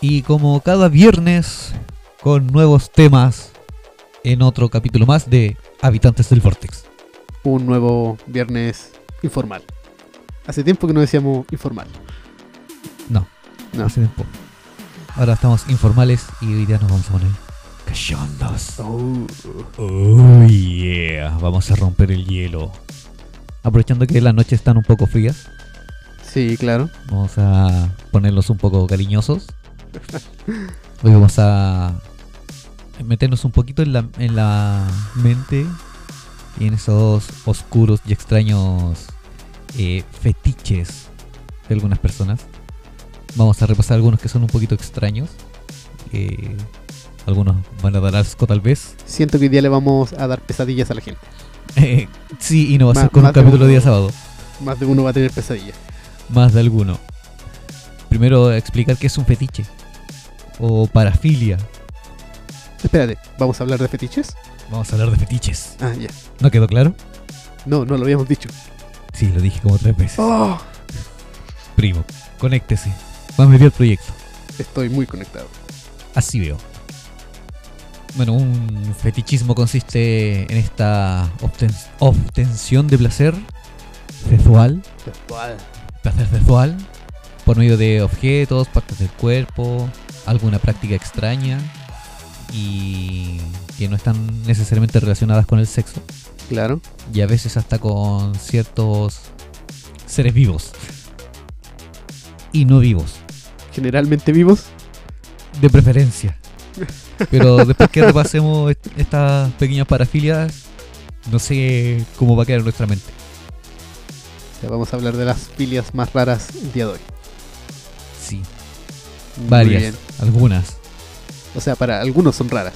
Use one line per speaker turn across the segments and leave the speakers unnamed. Y como cada viernes, con nuevos temas en otro capítulo más de Habitantes del Vortex.
Un nuevo viernes informal. Hace tiempo que no decíamos informal.
No,
No.
hace tiempo. Ahora estamos informales y hoy día nos vamos a poner cachondos. Oh yeah, vamos a romper el hielo. Aprovechando que las noches están un poco frías,
Sí, claro.
vamos a ponerlos un poco cariñosos. Hoy vamos a meternos un poquito en la, en la mente y en esos oscuros y extraños eh, fetiches de algunas personas. Vamos a repasar algunos que son un poquito extraños. eh, algunos van a dar asco tal vez.
Siento que hoy día le vamos a dar pesadillas a la gente.
Eh, sí, y no va a
Ma-
ser con un
más de
capítulo
uno.
día sábado.
Más de uno va a tener pesadillas.
Más de alguno. Primero explicar qué es un fetiche. O parafilia.
Espérate, ¿vamos a hablar de fetiches?
Vamos a hablar de fetiches.
Ah, ya.
¿No quedó claro?
No, no lo habíamos dicho.
Sí, lo dije como tres veces.
Oh,
Primo, conéctese. Va a medir el proyecto.
estoy muy conectado.
Así veo. Bueno, un fetichismo consiste en esta obten- obtención de placer sexual, placer sexual, por medio de objetos, partes del cuerpo, alguna práctica extraña y que no están necesariamente relacionadas con el sexo
Claro.
y a veces hasta con ciertos seres vivos y no vivos.
Generalmente vivos.
De preferencia. Pero después que repasemos est- estas pequeñas parafilias, no sé cómo va a quedar en nuestra mente.
Ya vamos a hablar de las filias más raras el día de hoy.
Sí,
Muy
varias,
bien.
algunas.
O sea, para algunos son raras.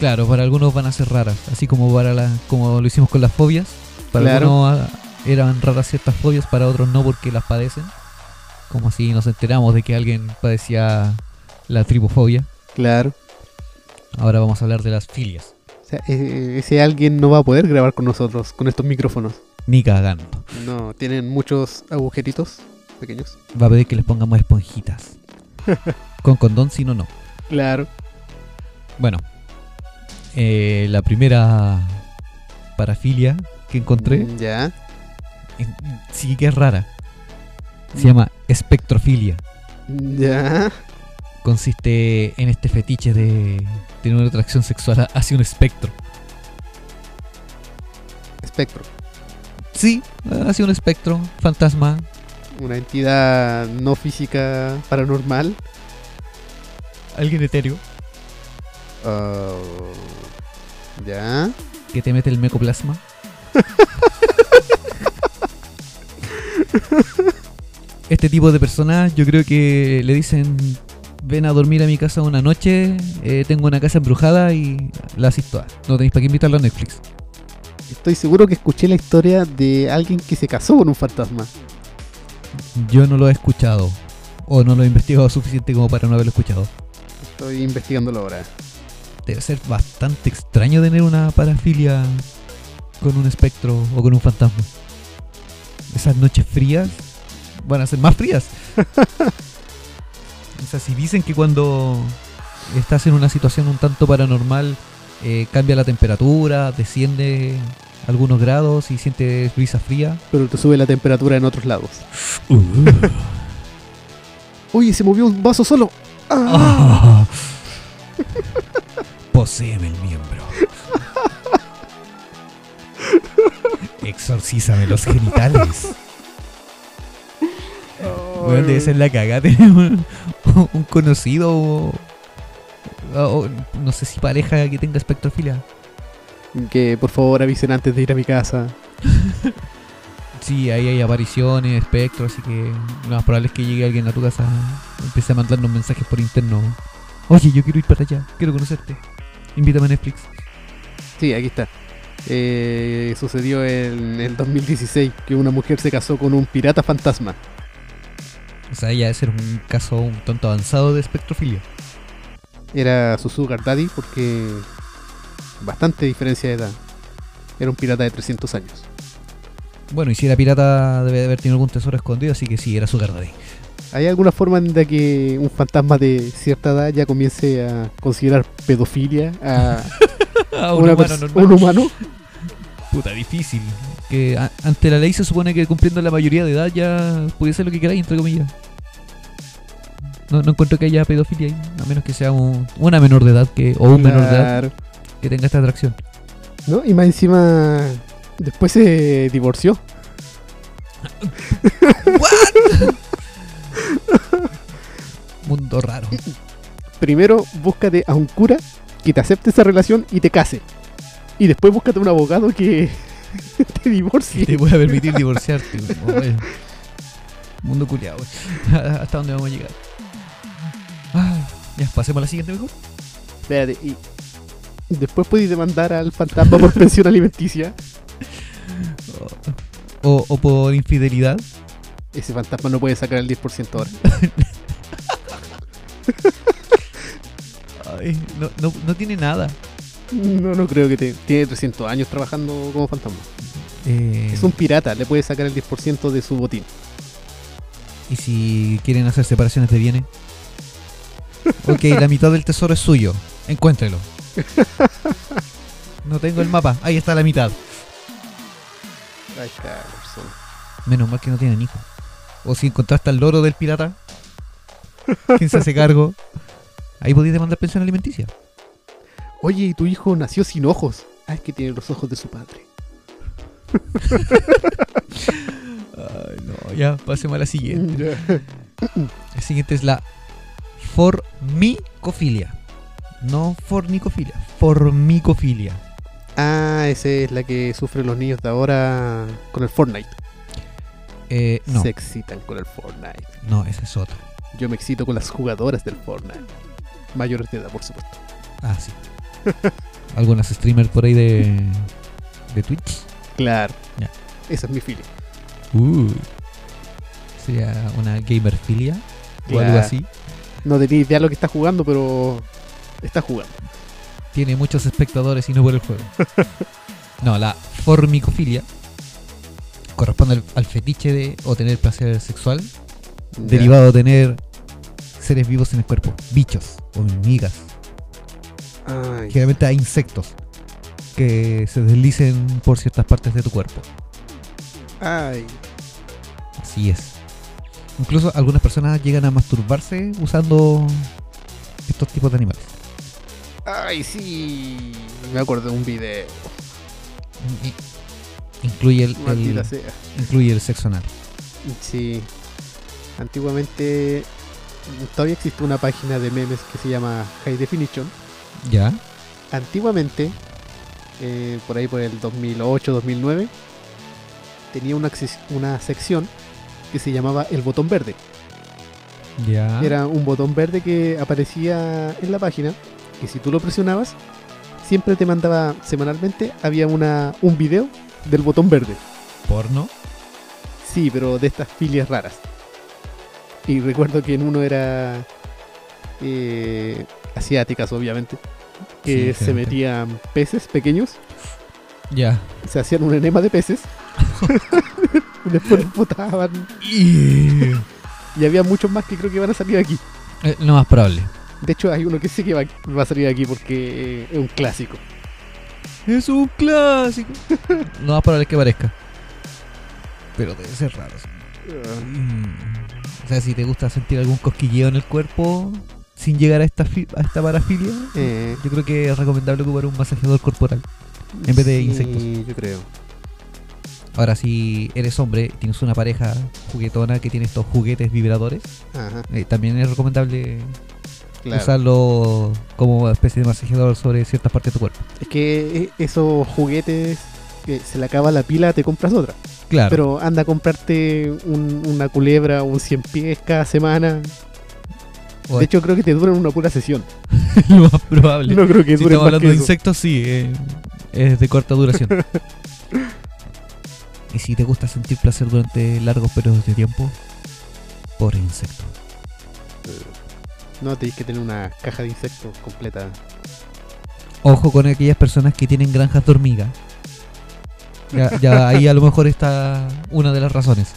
Claro, para algunos van a ser raras, así como para la, como lo hicimos con las fobias. Para
Claro.
algunos ah, eran raras ciertas fobias, para otros no porque las padecen. Como así nos enteramos de que alguien padecía la tripofobia.
Claro.
Ahora vamos a hablar de las filias.
O sea, e- ese alguien no va a poder grabar con nosotros, con estos micrófonos.
Ni cagando.
No, tienen muchos agujeritos pequeños.
Va a pedir que les pongamos esponjitas. Con condón, si no, no.
Claro.
Bueno, eh, la primera parafilia que encontré,
Mm, Ya.
en- sí que es rara, se llama espectrofilia.
Ya.
Consiste en este fetiche de tener una atracción sexual hacia un espectro.
Espectro.
Sí, hacia un espectro, fantasma,
Una entidad no física paranormal.
alguien etéreo,
Ah, ya.
que te mete el mecoplasma. Este tipo de personas, yo creo que le dicen, ven a dormir a mi casa una noche, eh, tengo una casa embrujada y la asisto a. No tenéis para qué invitarlo a Netflix.
Estoy seguro que escuché la historia de alguien que se casó con un fantasma.
Yo no lo he escuchado, o no lo he investigado suficiente como para no haberlo escuchado.
Estoy investigándolo ahora.
Debe ser bastante extraño tener una parafilia con un espectro o con un fantasma. Esas noches frías van a ser más frías. o sea, si dicen que cuando estás en una situación un tanto paranormal eh, cambia la temperatura, desciende algunos grados y sientes brisa fría.
Pero te sube la temperatura en otros lados. Oye, se movió un vaso solo.
Ah.
¡Ah!
Poséeme el miembro. Exorcízame los genitales. Weón, debe ser la cagada tener un, un conocido o, o- no sé si pareja que tenga espectrofilia.
Que por favor avisen antes de ir a mi casa.
Sí, ahí hay apariciones, espectro, así que lo más probable es que llegue alguien a tu casa, empiece a mandarnos mensajes por interno. Oye, yo quiero ir para allá, quiero conocerte. Invítame a Netflix.
Sí, aquí está. Eh, sucedió en el 2016 que una mujer se casó con un pirata fantasma.
O sea, pues ya ese era un caso un tanto avanzado de espectrofilia.
Era su sugar daddy porque bastante diferencia de edad. Era un pirata de 300 años.
Bueno, y si era pirata debe de haber tenido algún tesoro escondido, así que sí, era su Daddy.
¿Hay alguna forma de que un fantasma de cierta edad ya comience a considerar pedofilia a
Ah,
una pers- un humano?
Puta, difícil. Que a- ante la ley se supone que cumpliendo la mayoría de edad ya puede ser lo que queráis, entre comillas. No, no encuentro que haya pedofilia ahí, a menos que sea un- una menor de edad que, o un menor de edad
Claro.
que tenga esta atracción.
¿No? Y más encima, después se divorció.
Mundo raro.
Primero, búscate a un cura que te acepte esa relación y te case. Y después búscate un abogado que te divorcie.
Que te pueda permitir divorciarte. weón. Mundo culiado, ¿Hasta dónde vamos a llegar? Ah, ya, pasemos a la siguiente mejor.
Espérate, y después puedes demandar al fantasma por pensión alimenticia.
O, o por infidelidad.
Ese fantasma no puede sacar el 10% ahora.
Ay, no, no, no tiene nada.
No, no creo que te... Tiene 300 años trabajando como fantasma.
Eh,
Es un pirata, le puede sacar el 10% de su botín.
¿Y si quieren hacer separaciones de bienes? Ok, la mitad del tesoro es suyo. Encuéntrelo. No tengo el mapa. Ahí está la mitad.
Ahí está, persona.
Menos mal que no tienen hijos. O si encontraste al loro del pirata. ¿Quién se hace cargo? Ahí podéis demandar pensión alimenticia.
Oye, ¿y tu hijo nació sin ojos? Ah, es que tiene los ojos de su padre.
Ay, no, ya, pasemos a la siguiente.
Ya.
La siguiente es la formicofilia. No fornicofilia, formicofilia.
Ah, esa es la que sufren los niños de ahora con el Fortnite.
Eh, no,
Se excitan con el Fortnite.
no, esa es otra.
Yo me excito con las jugadoras del Fortnite. Mayores de edad, por supuesto.
Ah, sí. Algunas streamers por ahí de, de Twitch.
Claro.
Ya.
Esa es mi feeling.
Uh. Sería una gamerfilia o algo
Claro.
así.
No tenía idea lo que está jugando, pero está jugando.
Tiene muchos espectadores y no por el juego. No, la formicofilia corresponde al, al fetiche de o tener placer sexual derivado de tener seres vivos en el cuerpo, bichos o hormigas,
Ay,
generalmente a insectos que se deslicen por ciertas partes de tu cuerpo.
ay.
Así es. Incluso algunas personas llegan a masturbarse usando estos tipos de animales.
Ay, sí. Me acuerdo de un video.
I- Incluye el, el-
Mm, Maldita sea.
incluye el sexo anal.
Sí. Antiguamente todavía existe una página de memes que se llama High Definition.
¿Ya?
antiguamente, eh, por ahí por el 2008-2009, tenía una, acces- una sección que se llamaba el botón verde.
¿Ya?
Era un botón verde que aparecía en la página y si tú lo presionabas, siempre te mandaba semanalmente, había una, un video del botón verde.
¿Porno?
Sí, pero de estas filias raras. Y recuerdo que en uno era eh, asiáticas, obviamente,
Sí,
que se
gente.
metían peces pequeños
Ya.
se hacían un enema de peces. y después los botaban. Y había muchos más que creo que van a salir aquí.
Eh, lo más probable.
De hecho, hay uno que sí que va, va a salir aquí porque eh, es un clásico.
Es un clásico. lo más probable es que parezca. Pero debe ser raro. sí. Mm. O sea, si te gusta sentir algún cosquilleo en el cuerpo sin llegar a esta, fi- a esta parafilia,
Eh,
yo creo que es recomendable ocupar un masajeador corporal. En vez de insectos.
yo creo.
Ahora, si eres hombre y tienes una pareja juguetona que tiene estos juguetes vibradores,
Ajá.
eh, también es recomendable
Claro.
usarlo como especie de masajeador sobre ciertas partes de tu cuerpo.
Es que eh, esos juguetes que se le acaba la pila, te compras otra.
Claro.
Pero anda a comprarte un- una culebra o un cien pies cada semana.
O-
De hecho, creo que te duran una pura sesión.
lo más probable.
No creo que
si
dure
estamos
más
hablando
que
de
eso.
insectos, sí, eh, es de corta duración. y si te gusta sentir placer durante largos periodos de tiempo, pobre insecto.
No, tenés que tener una caja de insectos completa.
Ojo con aquellas personas que tienen granjas de hormigas. Ya, ya ahí a lo mejor está una de las razones.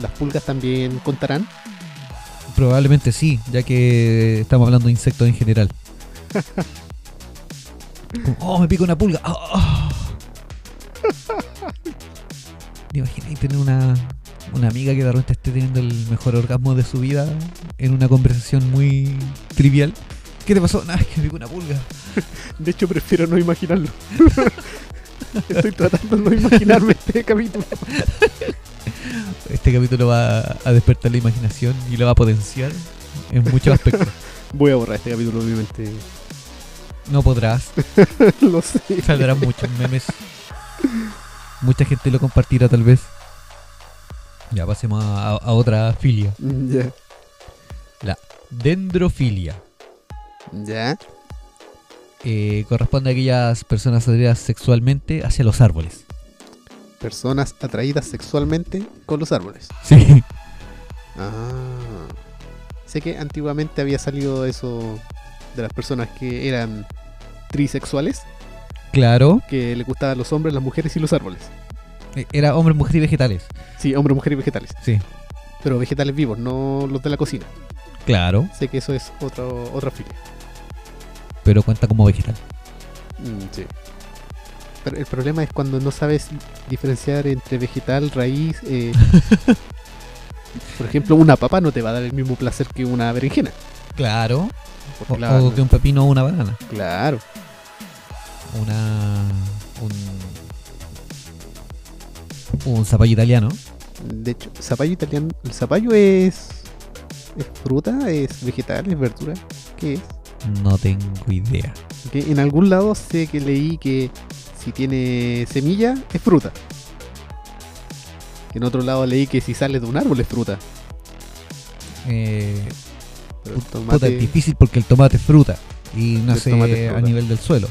Las pulgas también contarán.
Probablemente sí, ya que estamos hablando de insectos en general. Como, oh, me pica una pulga. Ah, ah. ¿Te imaginas ahí tener una, una amiga que de repente esté teniendo el mejor orgasmo de su vida en una conversación muy trivial? ¿Qué te pasó? Nada, es que me pica una pulga.
De hecho, prefiero no imaginarlo. Estoy tratando de no imaginarme este capítulo.
Este capítulo va a despertar la imaginación y la va a potenciar en muchos aspectos.
Voy a borrar este capítulo, obviamente.
No podrás,
Lo sé.
saldrán muchos memes. Mucha gente lo compartirá tal vez. Ya pasemos a, a otra filia.
Ya.
Dendrofilia.
Ya.
Eh, corresponde a aquellas personas atraídas sexualmente hacia los árboles.
Personas atraídas sexualmente con los árboles.
Sí.
Ah. Sé que antiguamente había salido eso de las personas que eran trisexuales,
Claro.
que les gustaban los hombres, las mujeres y los árboles.
Eh, Era hombre, mujer y vegetales.
Sí, hombre, mujer y vegetales.
Sí.
Pero vegetales vivos, no los de la cocina.
Claro.
Sé que eso es otro, otra filia.
Pero cuenta como vegetal.
Mm, sí. Pero el problema es cuando no sabes diferenciar entre vegetal, raíz. eh. Por ejemplo, una papa no te va a dar el mismo placer que una berenjena.
Claro.
porque
O,
la-
o que un pepino o una banana.
Claro.
una un un zapallo italiano
De hecho, zapallo italiano. ¿El zapallo es. es fruta? ¿Es vegetal? ¿Es verdura? ¿Qué es?
no tengo idea
Que en algún lado sé que leí que si tiene semilla, es fruta. En otro lado leí que si sale de un árbol es fruta.
eh,
Pero el
puta,
tomate-
es difícil porque el tomate es fruta y nace
tomate es
a
fruta.
nivel del suelo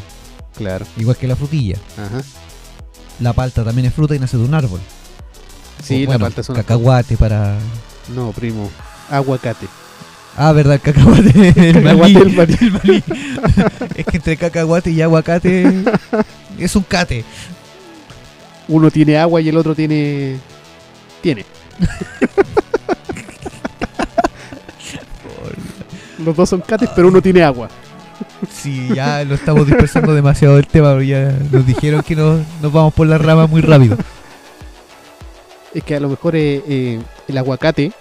Claro.
igual que la frutilla
Ajá.
la palta también es fruta y nace de un árbol
Sí,
O,
la
bueno,
palta es una-
cacahuate para
No, primo. Aguacate.
ah verdad el cacahuate el maní,
Cacahuate, el maní.
el maní. es que entre cacahuate y aguacate es un cate
Uno tiene agua y el otro tiene. Tiene. Los dos son cates, pero uno tiene agua.
Sí, ya lo estamos dispersando demasiado del tema, ya nos dijeron que nos, nos vamos por la rama muy rápido.
Es que a lo mejor eh, eh, el aguacate,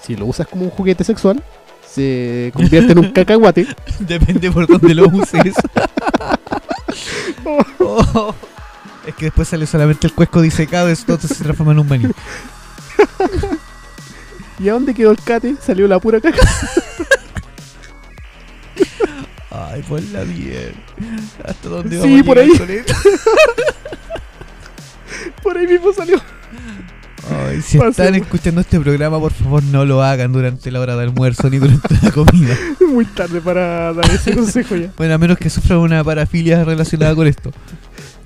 si lo usas como un juguete sexual, se convierte en un cacahuate.
Depende por dónde lo uses. Oh, es que después sale solamente el cuesco disecado, entonces se transforma en un maní.
¿Y a dónde quedó el cate? Salió la pura caca.
Ay, por la bien. ¿Hasta dónde
Sí,
vamos a
por
llegar
ahí.
con esto?
Por ahí mismo salió.
Ay, si
Pasemos.
están escuchando este programa, por favor no lo hagan durante la hora de almuerzo ni durante la comida.
Muy tarde para dar ese consejo ya.
Bueno, a menos que sufran una parafilia relacionada con esto.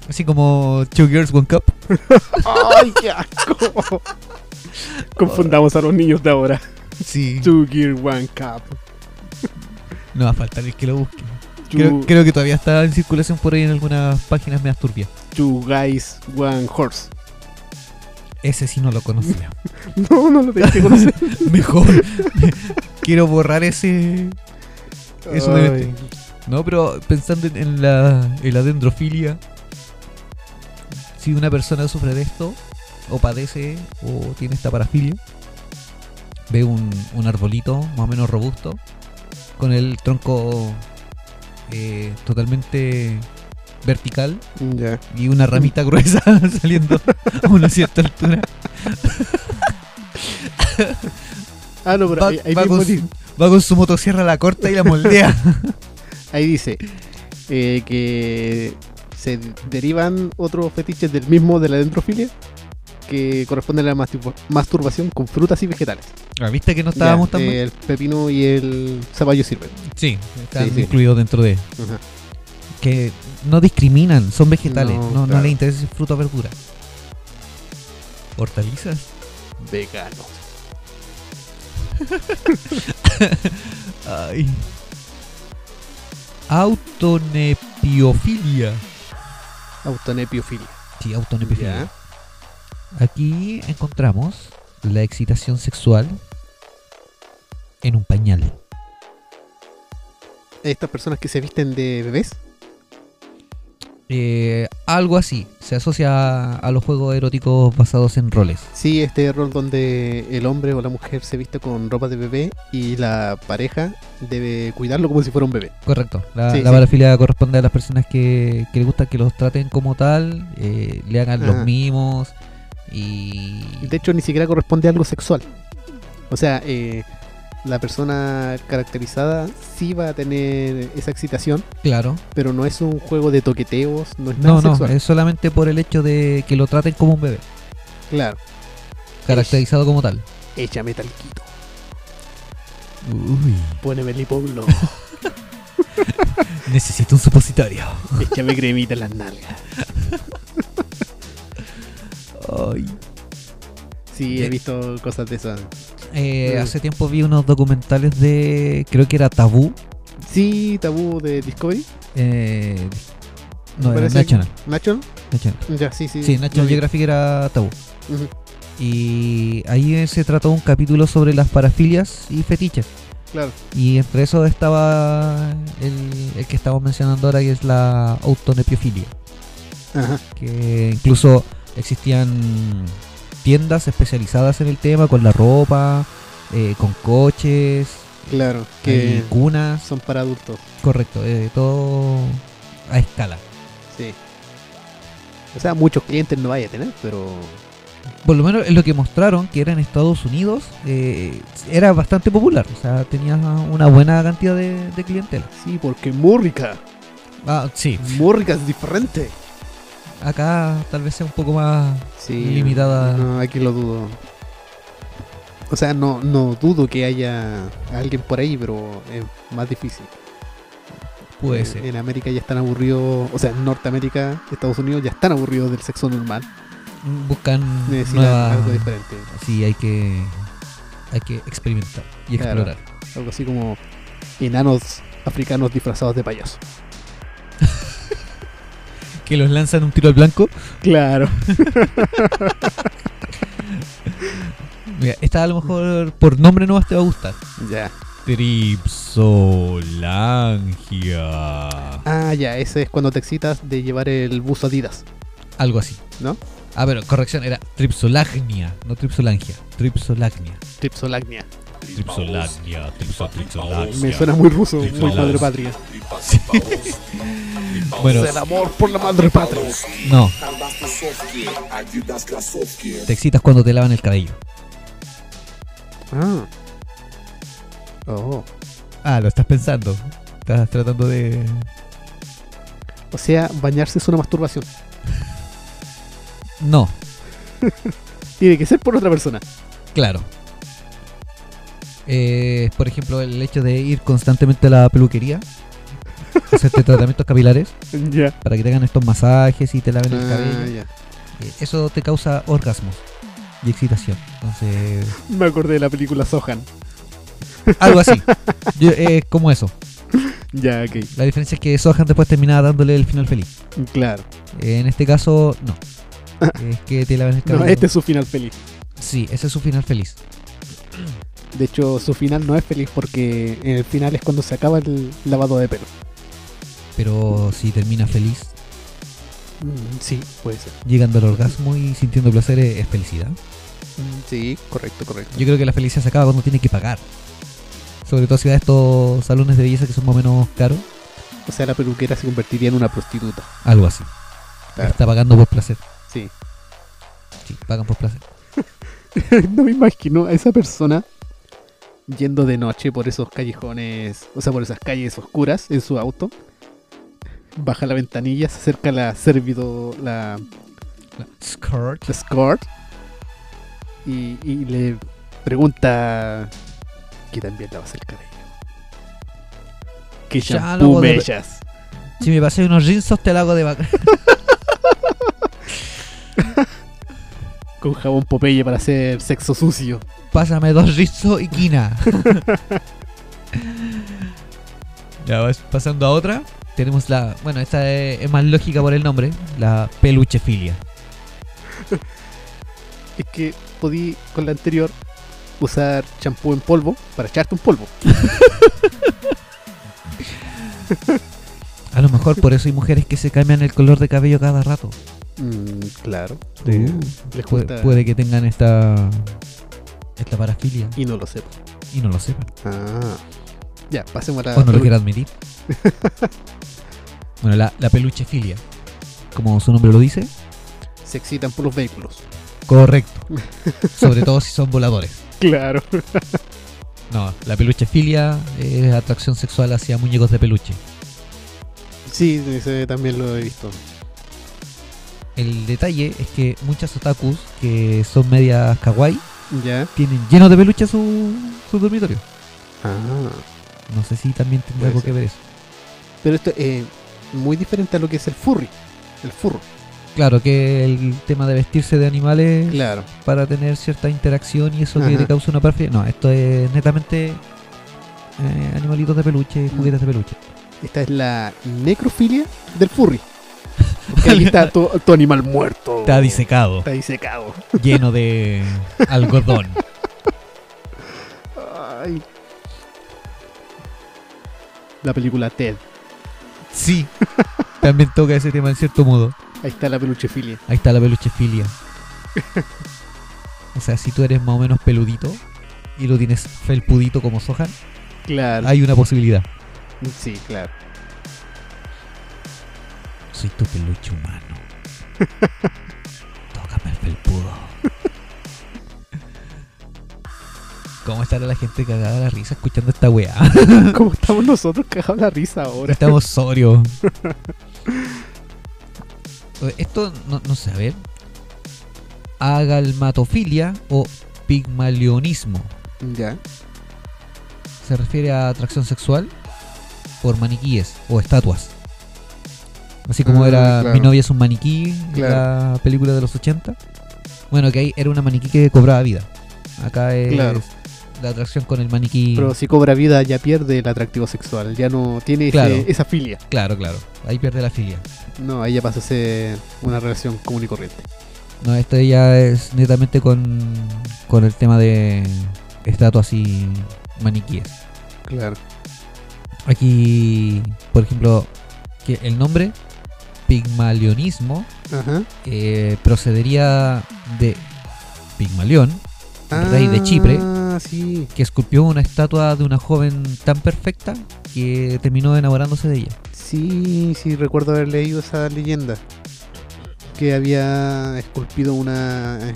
Así como Two Girls One Cup.
¡Ay, qué asco! Confundamos a los niños de ahora.
Sí.
Two Gear One Cup.
No va a faltar el que lo busque.
Two,
Creo, creo que todavía está en circulación por ahí en algunas páginas medias turbias.
two Guys One Horse.
Ese sí no lo conocía.
No, no lo tenés que conocer.
Mejor. Quiero borrar ese. Eso
Ay,
debe- No, pero pensando en- en la, en la dendrofilia. Si una persona sufre de esto, o padece, o tiene esta parafilia, ve un, un arbolito más o menos robusto, con el tronco eh, totalmente vertical,
Ya.
y una ramita gruesa saliendo a una cierta altura.
Ah, no, pero
Va,
ahí, ahí
va
mismo
con,
di-
su- Va con su motosierra, la corta y la moldea.
Ahí dice eh, que se derivan otros fetiches del mismo de la dendrofilia que corresponden a la masturba- masturbación con frutas y vegetales.
Ah, ¿Viste que no estábamos
Ya, eh,
tan mal?
El pepino y el zapallo sirven.
Sí, están
sí, sí.
incluidos dentro de.
Ajá.
Que no discriminan, son vegetales.
No,
No, no,
claro.
les interesa si es fruta o verdura. Hortalizas.
Vegano.
Ay. Autonepiofilia.
Autonepiofilia.
Sí, autonepiofilia.
Ya.
Aquí encontramos la excitación sexual en un pañal.
Estas personas que se visten de bebés.
Eh, algo así. Se asocia a los juegos eróticos basados en roles.
Sí, este rol donde el hombre o la mujer se viste con ropa de bebé y la pareja debe cuidarlo como si fuera un bebé.
Correcto. La,
Sí,
la
sí.
parafilia corresponde a las personas que, que les gusta que los traten como tal, eh, le hagan
Ajá.
los mimos y...
Y de hecho ni siquiera corresponde a algo sexual. O sea, eh, la persona caracterizada sí va a tener esa excitación,
Claro.
pero no es un juego de toqueteos, no es nada
No, no,
sexual.
es solamente por el hecho de que lo traten como un bebé,
Claro,
caracterizado como tal.
échame talquito,
Uy,
poneme lipoblo,
necesito un supositorio.
échame cremita en las nalgas.
Ay.
Sí, he visto cosas de esas.
Eh,
Mm.
hace tiempo vi unos documentales de, creo que era Tabú.
Sí, tabú de Discovery.
eh, no, era
Parece-
National.
¿Nacho?
National.
Ya, sí, sí.
Sí,
lo
National
vi.
Geographic era Tabú.
Ujú.
Y ahí eh, se trató un capítulo sobre las parafilias y fetiches.
Claro.
Y entre eso estaba el, el que estamos mencionando ahora, que es la autonepiofilia.
Ajá.
Que incluso existían tiendas especializadas en el tema, con la ropa, eh, con coches,
Claro,
hay
que
cunas.
son para adultos.
Correcto, eh, todo a escala.
Sí. O sea, muchos clientes no vaya a tener, pero
Por lo menos en lo que mostraron, que era en Estados Unidos, eh, era bastante popular. O sea, tenía una buena cantidad de, de clientela.
sí, porque Múrrica,
Ah, sí.
Múrrica es diferente.
Acá tal vez sea un poco más
Sí.
Limitada.
No, aquí lo dudo. O sea, no, no dudo que haya alguien por ahí, pero es más difícil.
puede
En-
ser.
En América ya están aburridos, o sea, en Norteamérica, Estados Unidos ya están aburridos del sexo normal.
Buscan
Necesitan
nuevas-
algo diferente.
Sí, hay que hay que experimentar y
Claro.
explorar.
Algo así como enanos africanos disfrazados de payaso.
Que los lanzan un tiro al blanco.
Claro.
Mira, esta a lo mejor por nombre nomás te va a gustar.
Ya.
Tripsolangia.
Ah, ya, ese es cuando te excitas de llevar el buzo Adidas.
Algo así.
¿No?
Ah, pero corrección, era tripsolagnia, no tripsolangia. Tripsolagnia.
Tripsolagnia.
Tripsolagnia,
Me suena muy ruso, muy
Tripsolagnia.
madre patria.
Bueno,
el amor por la madre patria.
no, te excitas cuando te lavan el cabello.
Ah. Oh.
Ah, lo estás pensando. Estás tratando de.
O sea, bañarse es una masturbación.
No,
Tiene que ser por otra persona.
claro. Eh, por ejemplo, el hecho de ir constantemente a la peluquería, hacerte tratamientos capilares
Ya.
para que te hagan estos masajes y te laven el
Ah,
cabello.
ya.
Eh, eso te causa orgasmos y excitación. Entonces,
Me acordé de la película Sohan.
algo así. Yo, eh, como eso.
Ya, ok.
La diferencia es que Sohan después terminaba dándole el final feliz.
Claro.
Eh, en este caso, no. Es que te lavan el cabello.
No, este es su final feliz.
Sí, ese es su final feliz.
De hecho, su final no es feliz porque en el final es cuando se acaba el lavado de pelo.
Pero si termina feliz,
Mm, sí, puede ser.
llegando al orgasmo y sintiendo placer eh, es es felicidad.
Mm, sí, correcto, correcto.
Yo creo que la felicidad se acaba cuando tiene que pagar. Sobre todo si va a estos salones de belleza que son más o menos caros.
O sea, la peluquera se convertiría en una prostituta.
Algo así.
Claro.
Está pagando por placer.
Sí.
Sí, pagan por placer.
no me imagino a esa persona yendo de noche por esos callejones, o sea, por esas calles oscuras en su auto. Baja la ventanilla, se acerca la servido, la,
La Skirt.
la escort, y, y le pregunta qué también lavas el cabello. ¿Qué
Ya
shampoo
lo voy a-
me echas?
Si me pasé unos rinzos, te la hago de vaca.
Con jabón Popeye para hacer sexo sucio.
Pásame dos rizos y quina. ya, vas pasando a otra. Tenemos la. Bueno, esta es, es más lógica por el nombre. La peluchefilia.
Es que podí con la anterior usar champú en polvo para echarte un polvo.
A lo mejor por eso hay mujeres que se cambian el color de cabello cada rato. Mm,
claro.
Uh,
les
Puede,
gusta
puede que tengan esta. Esta parafilia.
y no lo sepa.
Y no lo sepan.
Ah. Ya, pasemos a la.
o no lo
pelu-
quieran admitir. bueno, la, la peluchefilia. Como su nombre lo dice.
Se excitan por los vehículos.
Correcto. Sobre todo si son voladores.
Claro.
No, la peluchefilia es atracción sexual hacia muñecos de peluche.
Sí, ese también lo he visto.
El detalle es que muchas otakus que son medias kawaii
Ya.
tienen lleno de peluche su, su dormitorio.
Ah.
No sé si también
Puede
tendrá algo
ser.
que ver eso.
Pero esto es muy diferente a lo que es el furry. El furro.
Claro, que el tema de vestirse de animales
Claro.
para tener cierta interacción y eso que
Ajá.
te causa una parfilia. No, esto es netamente eh, animalitos de peluche, juguetes de peluche.
Esta es la necrofilia del furry. Porque ahí está tu, tu animal muerto.
Está disecado,
Está disecado.
lleno de algodón.
Ay. La película Ted.
Sí, también toca ese tema en cierto modo.
Ahí está la peluchefilia.
Ahí está la peluchefilia. O sea, si tú eres más o menos peludito y lo tienes felpudito como Sohan,
Claro.
hay una posibilidad.
Sí, claro.
Soy tu peluche humano. Tócame el felpudo. ¿Cómo estará la gente cagada de la risa escuchando esta weá?
Como estamos nosotros cagados la risa ahora.
Estamos sobrios. Oye, Esto, no, no sé, a ver. Agalmatofilia o pigmalionismo.
Ya.
se refiere a atracción sexual por maniquíes o estatuas. Así como
Ah,
era
claro.
Mi novia es un maniquí en
Claro.
la película de los 80. Bueno, que ahí era una maniquí que cobraba vida. Acá es
Claro.
la atracción con el maniquí.
Pero si cobra vida ya pierde el atractivo sexual, ya no tiene ese-
Claro.
esa filia.
Claro, claro. Ahí pierde la filia.
No, ahí ya pasa a ser una relación común y corriente.
No, esto ya es netamente con, con el tema de estatuas y maniquíes.
Claro.
Aquí, por ejemplo, que el nombre Pigmalionismo
Ajá.
eh, procedería de Pigmalión, rey de Chipre,
Ah, sí,
que esculpió una estatua de una joven tan perfecta que terminó enamorándose de ella.
sí, sí, recuerdo haber leído esa leyenda. Que había esculpido una. eh,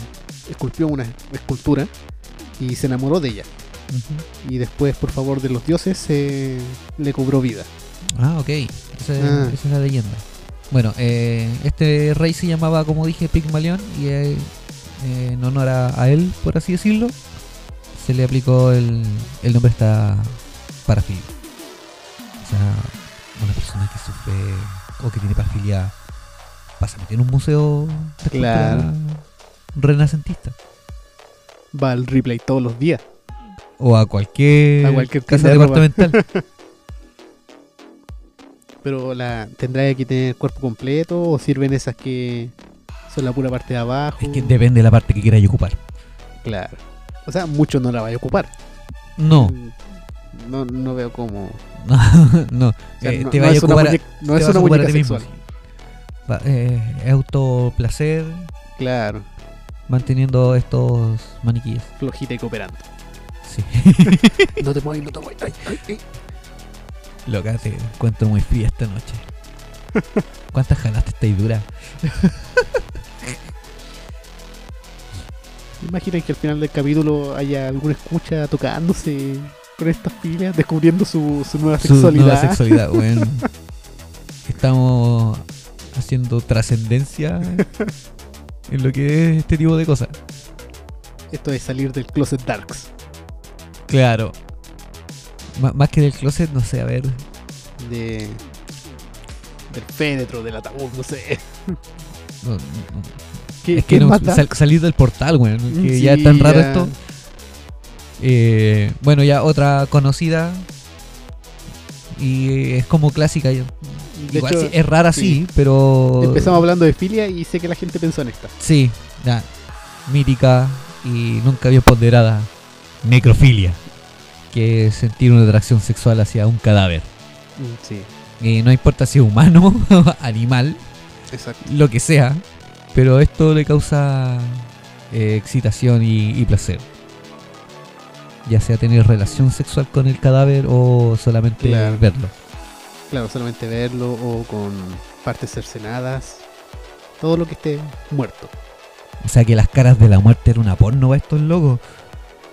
esculpió una escultura y se enamoró de ella. Y después, por favor de los dioses, eh, le cobró vida.
Ah, ok. Esa,
Ah.
esa es la leyenda. Bueno, eh, este rey se llamaba, como dije, Pigmalión y eh, eh, en honor a, a él, por así decirlo, se le aplicó el, el nombre está parafilia. O sea, una persona que sufre o que tiene parafilia pasa a meter en un museo de cultura
Claro.
renacentista.
Va al replay todos los días.
O a cualquier,
A cualquier
casa
tienda de ropa.
departamental.
Pero la tendrá que tener cuerpo completo o sirven esas que son la pura parte de abajo.
es que depende de la parte que quieras ocupar.
Claro. O sea, mucho no la vaya a ocupar. Mm.
No,
No, no veo cómo. o
no, no.
sea,
Eh,
no-
te
no
vaya
es
a
una
ocupar a-
muñeca- no
te
es
vas
una
a ocupar a
muñeca
ti mismo.
sexual.
Va- eh, autoplacer
Claro.
manteniendo estos maniquíes.
Flojita y cooperando.
Sí.
no te muevas, no te muevas. Ay, ay, ay.
Loca, te encuentro muy fría esta noche. ¿Cuántas jalaste estáis dura?
Imaginen que al final del capítulo haya alguna escucha tocándose con estas pilas, descubriendo su, su nueva
Su
sexualidad.
nueva sexualidad, weón. Estamos haciendo trascendencia en lo que es este tipo de cosas.
Esto es salir del closet darks.
Claro. más que del closet, no sé, a ver.
De, del fénetro, del ataúd, no sé.
no- no-
¿Qué,
es
qué
que no,
más dark?
sal- salir del portal, weón.
Mm,
que ya
sí,
es tan raro
ya.
esto. Eh, bueno, ya otra conocida. Y es como clásica. yo-
De
Igual
hecho,
sí, es rara, sí,
sí.
pero.
Empezamos hablando de filia y sé que la gente pensó en esta.
Sí, ya. Mítica y nunca bien ponderada. Necrofilia. Que es sentir una atracción sexual hacia un cadáver. Mm,
Sí,
Y no importa si es humano, animal,
exacto.
lo que sea. Pero esto le causa eh, excitación y, y placer. Ya sea tener relación sexual con el cadáver o solamente
Claro.
verlo.
Claro, solamente verlo o con partes cercenadas. Todo lo que esté muerto.
O sea que las caras de la muerte era una porno para estos locos.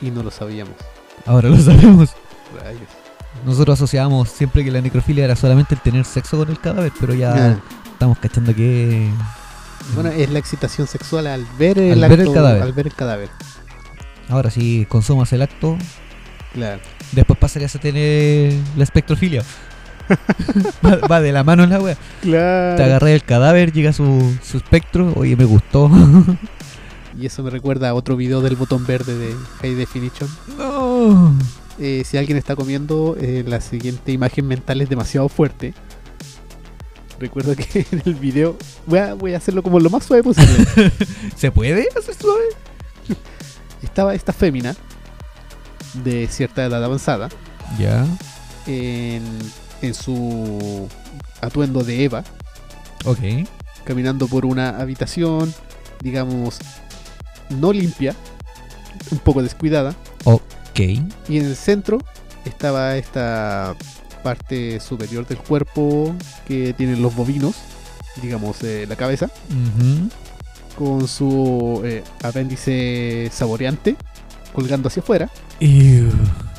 Y no lo sabíamos.
Ahora lo sabemos.
Rayos.
Nosotros asociábamos siempre que la necrofilia era solamente el tener sexo con el cadáver, pero ya
Ya.
estamos cachando que.
Bueno, es la excitación sexual al ver el,
Al ver el
acto-
cadáver.
Al ver el cadáver.
Ahora si consumas el acto,
Claro.
después pasarías a tener la espectrofilia. va, va de la mano la wea. Te
Claro.
agarré el cadáver, llega su, su espectro, oye, me gustó.
Y eso me recuerda a otro video del botón verde de High Definition.
no.
Eh, si alguien está comiendo, eh, la siguiente imagen mental es demasiado fuerte. Recuerdo que en el video voy a, voy a hacerlo como lo más suave posible.
¿Se puede hacer suave?
Estaba esta fémina de cierta edad avanzada
Ya.
en, en su atuendo de Eva,
Ok.
caminando por una habitación, digamos, no limpia, un poco descuidada.
Ok.
Y en el centro estaba esta parte superior del cuerpo que tienen los bovinos, digamos eh, la cabeza,
Ujú.
con su eh, apéndice saboreante colgando hacia afuera.
Ew.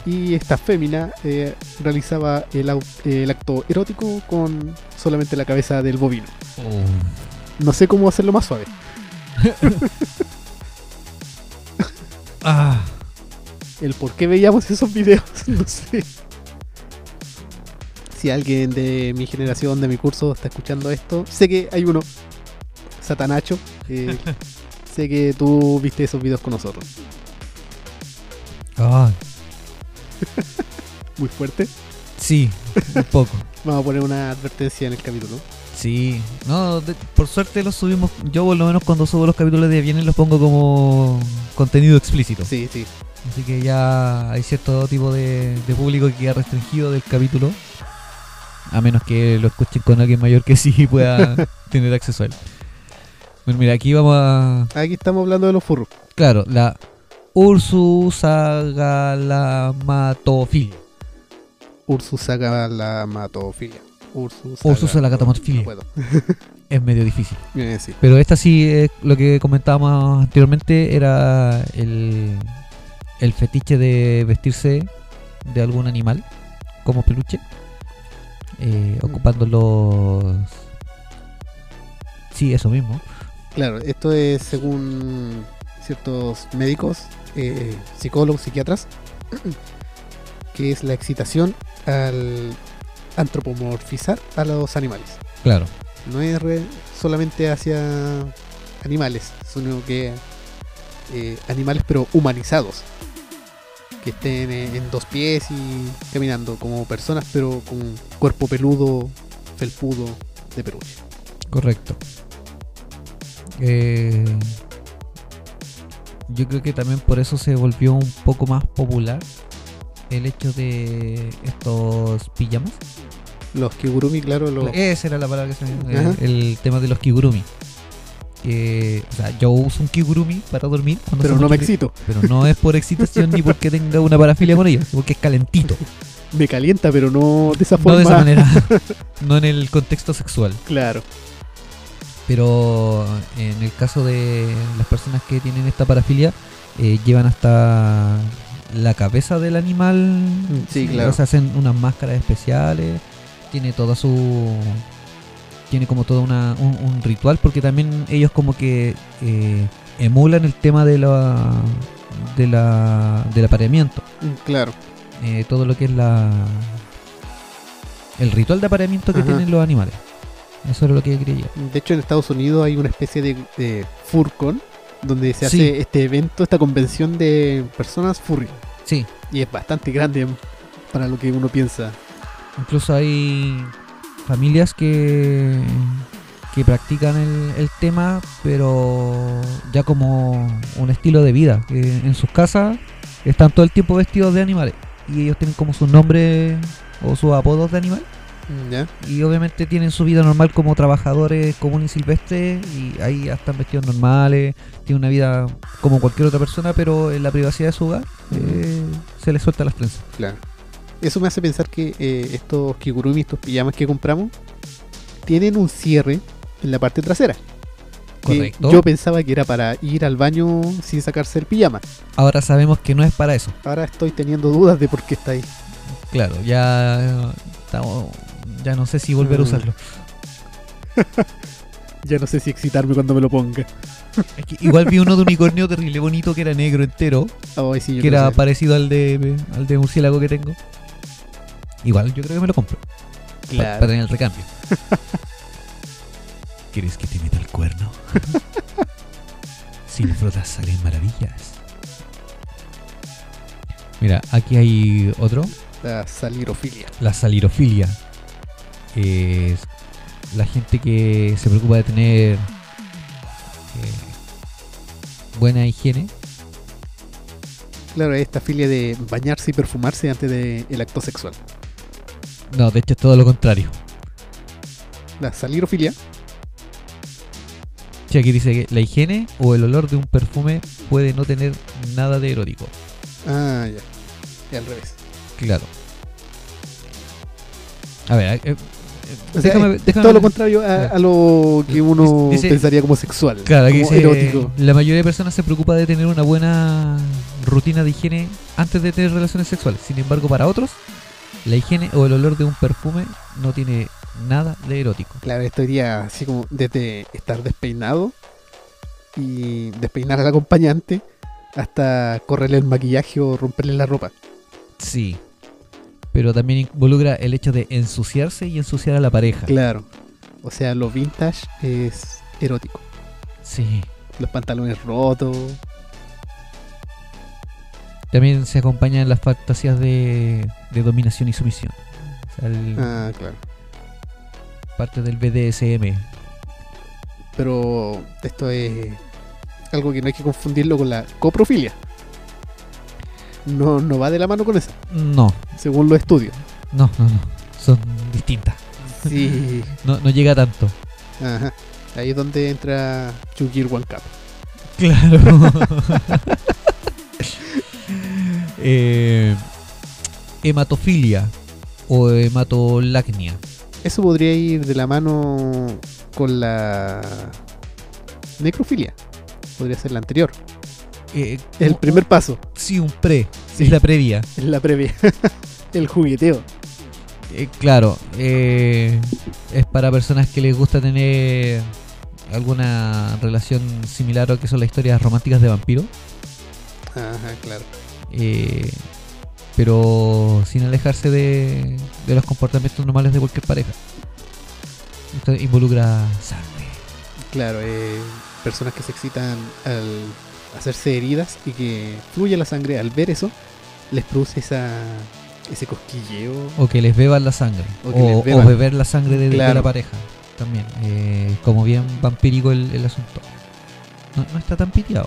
Y esta fémina eh, realizaba el, au- el acto erótico con solamente la cabeza del bovino.
Oh.
No sé cómo hacerlo más suave.
Ah.
el por qué veíamos esos videos, no sé. Si alguien de mi generación, de mi curso, está escuchando esto, sé que hay uno, Satanacho, eh, sé que tú viste esos videos con nosotros.
Ah.
Muy fuerte.
Sí, un poco.
Vamos a poner una advertencia en el capítulo.
Sí, no, de- por suerte los subimos. Yo, por lo menos, cuando subo los capítulos de Vienen, los pongo como contenido explícito.
Sí, sí.
Así que ya hay cierto tipo de, de público que queda restringido del capítulo. A menos que lo escuchen con alguien mayor que sí pueda tener acceso a él. Bueno, mira, aquí vamos a.
Aquí estamos hablando de los furros.
Claro, la Ursusagalamatofilia.
Ursus saca la matofilia. Ursus
Ursus saca la gatomofilia. Es medio difícil.
Bien, sí.
Pero esta sí, eh, lo que comentábamos anteriormente era el, el fetiche de vestirse de algún animal como peluche, eh, ocupando los... Sí, eso mismo.
Claro, esto es según ciertos médicos, eh, psicólogos, psiquiatras, que es la excitación al antropomorfizar a los animales.
Claro.
No es re- solamente hacia animales, sino que eh, animales pero humanizados, que estén eh, en dos pies y caminando como personas pero con cuerpo peludo, felpudo de peluche.
Correcto. Eh, yo creo que también por eso se volvió un poco más popular el hecho de estos pijamas.
Los kigurumi, claro, los...
Esa era la palabra que se me
Ajá.
eh, El tema de los kigurumi. Que, o sea, yo uso un kigurumi para dormir. cuando
pero
hace
no me
mucho frío,
excito.
Pero no es por excitación ni porque tenga una parafilia con ella, porque es calentito.
me calienta, pero no de esa
No
forma.
de esa manera. no en el contexto sexual.
Claro,
eh, Pero en el caso de las personas que tienen esta parafilia, eh, llevan hasta la cabeza del animal.
Mm, Sí,
eh,
claro.
O sea, hacen unas máscaras especiales. Tiene toda su. Tiene como todo una, un, un ritual, porque también ellos como que eh, emulan el tema de la, de la, del apareamiento.
Mm, Claro.
Eh, todo lo que es la. El ritual de apareamiento que
Ajá.
tienen los animales. Eso es lo que yo quería llegar.
De hecho, en Estados Unidos hay una especie de, de furcon donde se hace
Sí.
este evento, esta convención de personas furry.
Sí,
Y es bastante grande para lo que uno piensa.
Incluso hay familias que, que practican el, el tema, pero ya como un estilo de vida. que en sus casas están todo el tiempo vestidos de animales y ellos tienen como sus nombres o sus apodos de animal. Mm,
¿Ya?
Y obviamente tienen su vida normal como trabajadores comunes y silvestres y ahí ya están vestidos normales, tienen una vida como cualquier otra persona, pero en la privacidad de su hogar eh, se les suelta las trenzas.
Claro. Eso me hace pensar que eh, estos kigurumi, estos pijamas que compramos, tienen un cierre en la parte trasera. que
Correcto.
yo pensaba que era para ir al baño sin sacarse el pijama.
Ahora sabemos que no es para eso.
Ahora estoy teniendo dudas de por qué está ahí.
Claro, ya estamos- ya no sé si volver a
Mm.
usarlo.
Ya no sé si excitarme cuando me lo ponga.
Es que igual vi uno de unicornio terrible bonito que era negro entero,
Ay, sí, yo
que
creo
era
que-
parecido al de al de murciélago que tengo. Igual yo creo que me lo compro pa- para,
Claro.
tener el recambio. ¿Quieres que te meta el cuerno? Sin frotas salen maravillas. Mira, aquí hay otro.
La salirofilia.
la salirofilia. Es la gente que se preocupa de tener eh, buena higiene.
Claro, esta filia de bañarse y perfumarse antes del acto sexual.
No, de hecho es todo lo contrario.
La salirofilia.
Sí, aquí dice que la higiene o el olor de un perfume puede no tener nada de erótico.
Ah, ya. Ya al revés.
Claro. A ver, eh, eh,
O sea,
déjame-
es
déjame-
todo lo contrario a,
Ya.
a lo que uno
Dice-
pensaría como sexual.
Claro, aquí
como
dice,
erótico.
la mayoría de personas se preocupa de tener una buena rutina de higiene antes de tener relaciones sexuales. Sin embargo, para otros, la higiene o el olor de un perfume no tiene nada de erótico.
Claro, esto iría así como desde estar despeinado y despeinar al acompañante hasta correrle el maquillaje o romperle la ropa.
Sí. Pero también involucra el hecho de ensuciarse y ensuciar a la pareja.
Claro. O sea, lo vintage es erótico.
Sí.
Los pantalones rotos.
También se acompañan las fantasías de, de dominación y sumisión. O sea, el-
Ah, claro.
parte del BDSM.
Pero esto es algo que no hay que confundirlo con la coprofilia. No, no va de la mano con esa,
No,
según los estudios.
no, no, no. Son distintas.
Sí.
No, no llega tanto.
Ajá. Ahí es donde entra Chugir One Cup.
Claro. Eh, hematofilia o hematolacnia.
Eso podría ir de la mano con la necrofilia. Podría ser la anterior.
Eh,
El
un-
primer paso,
Sí, un pre.
Sí.
Es la previa.
Oh, la previa. el jugueteo.
Eh, claro. eh, es para personas que les gusta tener alguna relación similar a lo que son las historias románticas de vampiro.
Ajá, claro.
eh, pero sin alejarse de, de los comportamientos normales de cualquier pareja. Esto involucra sangre.
Claro, eh, personas que se excitan al hacerse heridas y que fluye la sangre al ver eso, les produce esa, ese cosquilleo.
O que les beban la sangre.
O
O,
que les
o
beban.
beber la sangre de, de
Claro.
la pareja. También. Eh, como bien vampírico el, el asunto. No, no está tan piteado.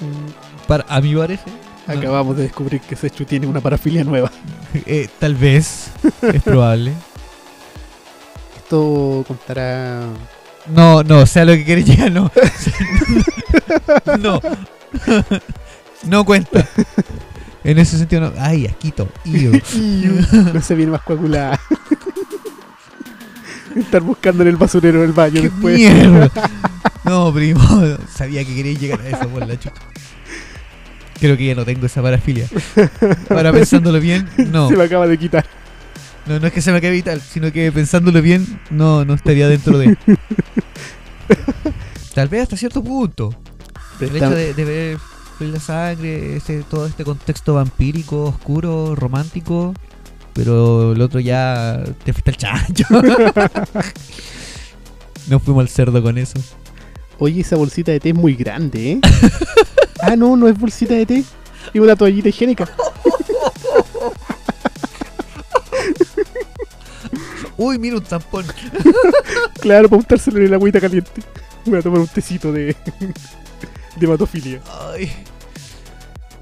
Mm,
Para, a mi parece. no-
Acabamos de descubrir que Sechu tiene una parafilia nueva.
eh, tal vez. es probable.
Esto contará...
No, no, sea lo que querés llegar, no. no. no cuenta. En ese sentido, no. Ay, asquito. Iu.
no se viene más coagulada. Estar buscando en el basurero del baño
¡Qué
después.
mierda! No, primo. Sabía que quería llegar a eso por la chuta. Creo que ya no tengo esa parafilia. Ahora pensándolo bien, no.
Se me acaba de quitar.
No, no es que se me quede vital, sino que pensándolo bien, no, no estaría dentro de. Tal vez hasta cierto punto. El hecho de, de ver fluir la sangre, ese- todo este contexto vampírico, oscuro, romántico, pero el otro ya te fuiste al chancho. Nos fuimos al cerdo con eso.
Oye, esa bolsita de té es muy grande, ¿eh? ah, no, no es bolsita de té. Es una toallita higiénica.
Uy, mira un tampón.
Claro, para untárselo en el agüita caliente. Voy a tomar un tecito de. de hematofilia.
Ay.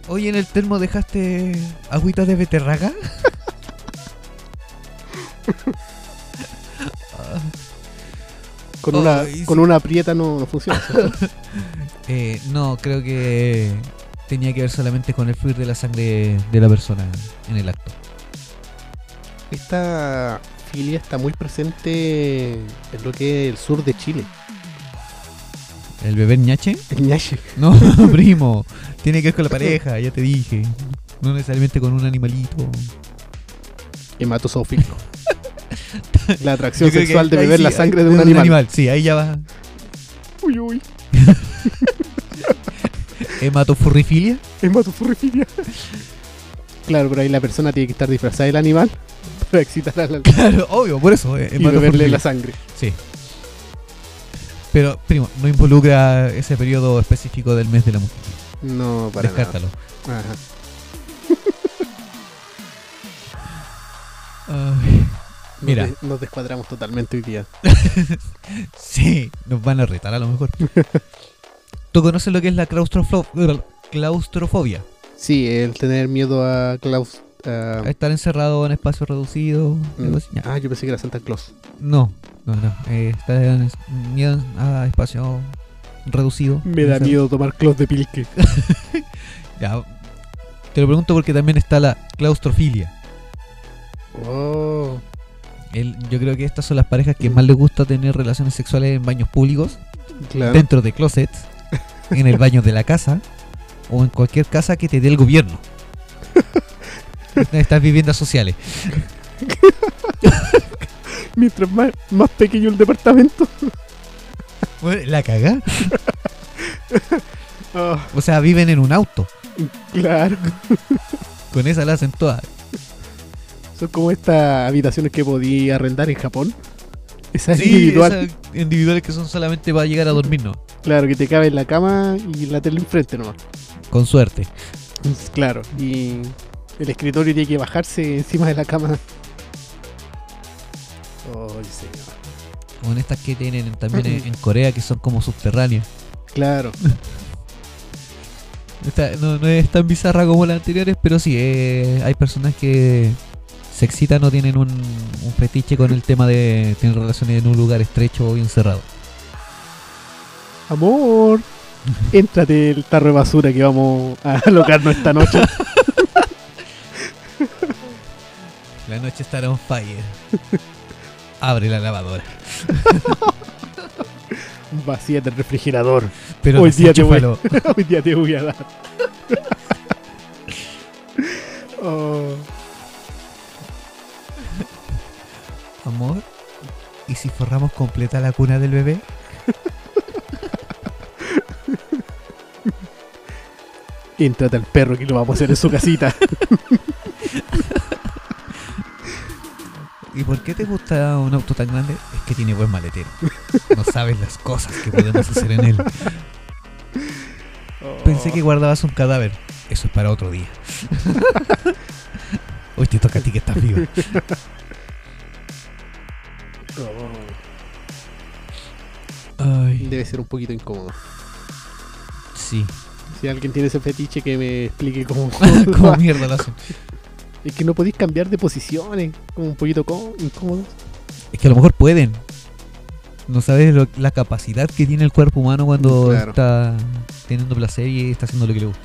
Oye, en el termo dejaste agüitas de beterraga. Ah,
Con una,
Ay, sí.
con una aprieta no, no funciona. ¿cierto?
eh, no, creo que tenía que ver solamente con el fluir de la sangre de la persona en el acto.
Esta filia está muy presente en lo que es el sur de Chile.
¿El beber ñache?
El ñache.
No, primo. Tiene que ver con la pareja, ya te dije. No necesariamente con un animalito.
hematozoofílico. La atracción
Yo creo que
sexual de
ahí
beber
sí,
la
ahí-
sangre de un animal.
Sí, ahí ya va.
Uy, uy,
Hematofurrifilia.
hematofurrifilia. Claro, pero ahí la persona tiene que estar disfrazada del animal para excitar al animal
Claro, obvio, por eso. eh,
y beberle
hematofurrifilia.
la sangre.
Sí. Pero, primo, no involucra ese periodo específico del mes de la mujer.
No, para
Descártalo.
nada. Ajá.
Ay,
Nos
Mira.
de- nos descuadramos totalmente hoy día.
sí, nos van a retar a lo mejor. ¿Tú conoces lo que es la claustroflo- claustrofobia?
Sí, el tener miedo a Klaus. a-
Estar encerrado en espacios reducidos. algo así. Ya.
Ah, yo pensé que era Santa Claus.
No, no, no. eh, estar en es- miedo a espacio reducido.
Me da
Encerrado.
miedo tomar Klaus de Pilke.
Ya. Te lo pregunto porque también está la claustrofilia.
Oh,
El- yo creo que estas son las parejas
Mm.
que más les gusta tener relaciones sexuales en baños públicos,
claro.
dentro de closets, en el baño de la casa o en cualquier casa que te dé el gobierno. Estas viviendas sociales.
Mientras más, más pequeño el departamento.
Bueno, La cagá.
Ah,
O sea, viven en un auto.
claro.
Con esa la hacen todas.
Son como estas habitaciones que podía arrendar en Japón. Esa es
Sí,
individual.
esas individuales que son solamente para llegar a dormir, no.
Claro, que te cabe en la cama y la tele enfrente nomás.
Con suerte. Mm.
Claro. Y el escritorio tiene que bajarse encima de la cama. Oh, señor.
Con estas que tienen también en, en Corea que son como subterráneas.
Claro.
Esta- no, no es tan bizarra como las anteriores, pero sí, eh, hay personas que se excitan o tienen un, un fetiche con el tema de tener relaciones en un lugar estrecho o bien cerrado.
Amor. Éntrate el tarro de basura que vamos a alocarnos esta noche.
La noche estará on fire. Abre la lavadora.
Vacía del refrigerador.
Pero
Hoy día te voy.
desenchúfalo.
Hoy día te voy a dar. Oh,
Amor, ¿y si forramos completa la cuna del bebé?
Éntrate al perro que lo vamos a hacer en su casita.
¿Y por qué te gusta un auto tan grande? Es que tiene buen maletero. No sabes las cosas que podemos hacer en él.
Oh.
Pensé que guardabas un cadáver. Eso es para otro día. Hoy te toca a ti que estás viva.
Oh,
Ay,
Debe ser un poquito incómodo.
sí.
Si alguien tiene ese fetiche que me explique cómo...
Como mierda lo hacen.
es que no podéis cambiar de posiciones. Como un poquito co- incómodo.
Es que a lo mejor pueden. No sabes lo- la capacidad que tiene el cuerpo humano cuando
Claro.
está teniendo placer y está haciendo lo que le gusta.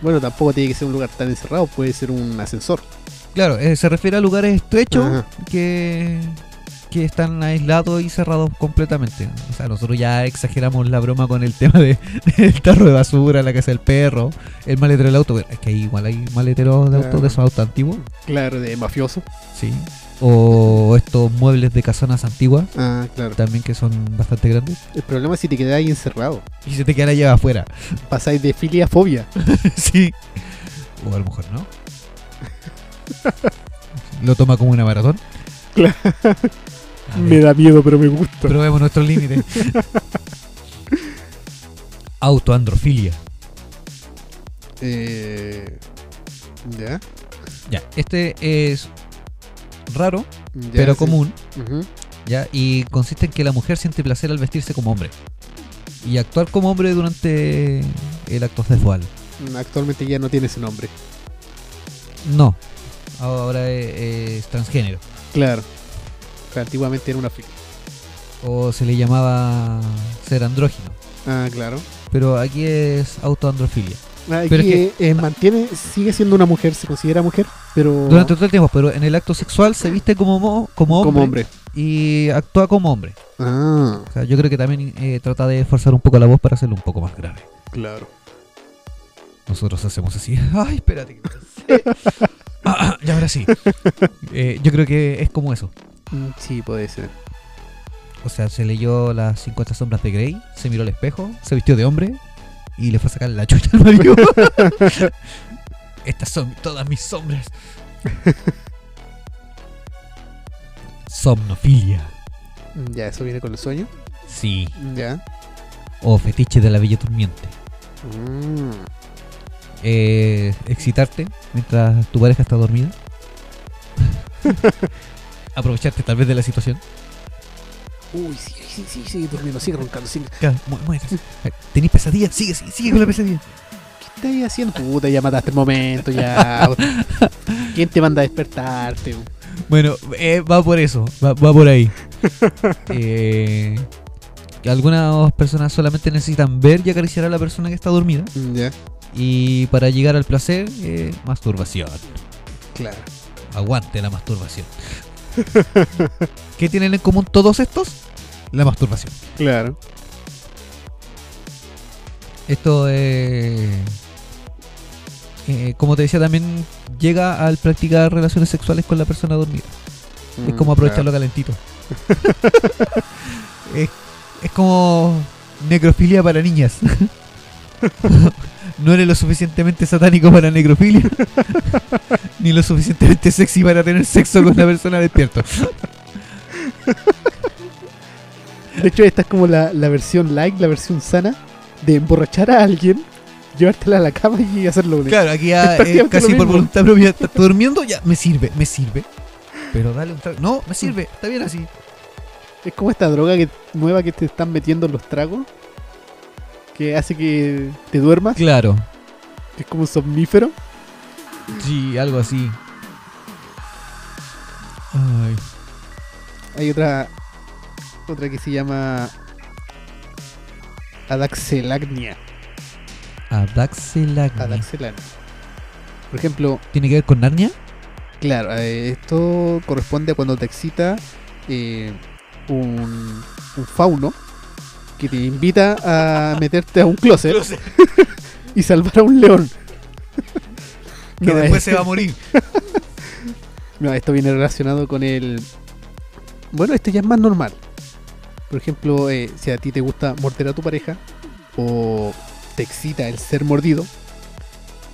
Bueno, tampoco tiene que ser un lugar tan encerrado. Puede ser un ascensor.
Claro, eh, se refiere a lugares estrechos
Ajá.
que que están aislados y cerrados completamente. O sea, nosotros ya exageramos la broma con el tema de, del tarro de basura, la casa del perro, el maletero del auto. Pero Es que ahí igual hay maleteros de autos
Claro.
de esos autos antiguos.
Claro, de mafioso.
Sí. O estos muebles de casonas antiguas,
Ah, claro.
también que son bastante grandes.
El problema es si te quedas ahí encerrado.
Y se te queda la llave afuera.
Pasáis de filia a fobia.
sí. O a lo mejor no. Lo toma como una maratón.
Claro.
A ver.
Me da miedo, pero me gusta.
Probemos nuestro límite. Autoandrofilia.
Eh, ¿Ya?
Ya, este es raro,
ya,
pero
sí.
común.
Ujú.
¿ya? Y consiste en que la mujer siente placer al vestirse como hombre. Y actuar como hombre durante el acto sexual.
Actualmente ya no tiene ese nombre.
No. Ahora eh, es, es transgénero.
Claro. Pero antiguamente era una filia.
O se le llamaba ser andrógino.
Ah, claro.
Pero aquí es autoandrofilia.
Aquí
Pero es que-
eh, eh, mantiene, sigue siendo una mujer, se considera mujer, pero
Durante todo el tiempo, pero en el acto sexual se viste como, mo- como, hombre,
como hombre.
y actúa como hombre.
Ah,
O sea, yo creo que también eh, trata de forzar un poco la voz para hacerlo un poco más grave.
claro.
Nosotros hacemos así. Ay, espérate. que me cansé. Ah, ah, ya ahora sí. Eh, yo creo que es como eso.
Mm, Sí, puede ser.
O sea, se leyó las 50 sombras de Grey, se miró al espejo, se vistió de hombre y le fue a sacar la chucha al marido. Estas son todas mis sombras. Somnofilia.
Mm, Ya, eso viene con el sueño.
Sí.
Mm, Ya.
O fetiche de la bella durmiente.
Mm,
Eh, excitarte mientras tu pareja está dormida. Aprovecharte tal vez de la situación.
Uy, sigue, sigue, sigue, sigue durmiendo, sigue roncando, sigue.
Ya, mu- muévete. ¿Tenés pesadilla? Sigue, sigue, sigue con la pesadilla.
¿Qué estás haciendo? Puta, ya mataste el momento, ya. ¿Quién te manda a despertarte?
Bueno, eh, va por eso, va, va por ahí. Eh, que algunas personas solamente necesitan ver y acariciar a la persona que está dormida.
Mm, Ya,
Y para llegar al placer, eh, masturbación.
claro.
Aguante la masturbación. ¿Qué tienen en común todos estos? La masturbación.
Claro.
Esto eh, eh, como te decía, también llega al practicar relaciones sexuales con la persona dormida. es
Mm,
como aprovecharlo calentito. es, es como necrofilia para niñas. no eres lo suficientemente satánico para necrofilia, ni lo suficientemente sexy para tener sexo con una persona despierta.
De hecho, esta es como la, la versión like, la versión sana de emborrachar a alguien, llevártela a la cama y hacerlo. de-
Claro, aquí ya,
Es
eh,
prácticamente
casi
lo
por
mismo.
voluntad propia. Estás durmiendo, ya, me sirve, me sirve. Pero dale un trago. No, me sirve, está bien así.
Es como esta droga que, nueva que te están metiendo en los tragos, que hace que te duermas,
Claro,
que es como un somnífero.
sí, algo así. Ay.
Hay otra otra que se llama Adaxelagnia.
Adaxilagnia.
Adaxelagnia. Por ejemplo,
¿Tiene que ver con Narnia?
claro, eh, esto corresponde a cuando te excita eh, un, un fauno que te invita a meterte a un closet y salvar a un león. No, eh. es-
se va a morir.
No, esto viene relacionado con el. Bueno, este ya es más normal. Por ejemplo, eh, si a ti te gusta morder a tu pareja o te excita el ser mordido,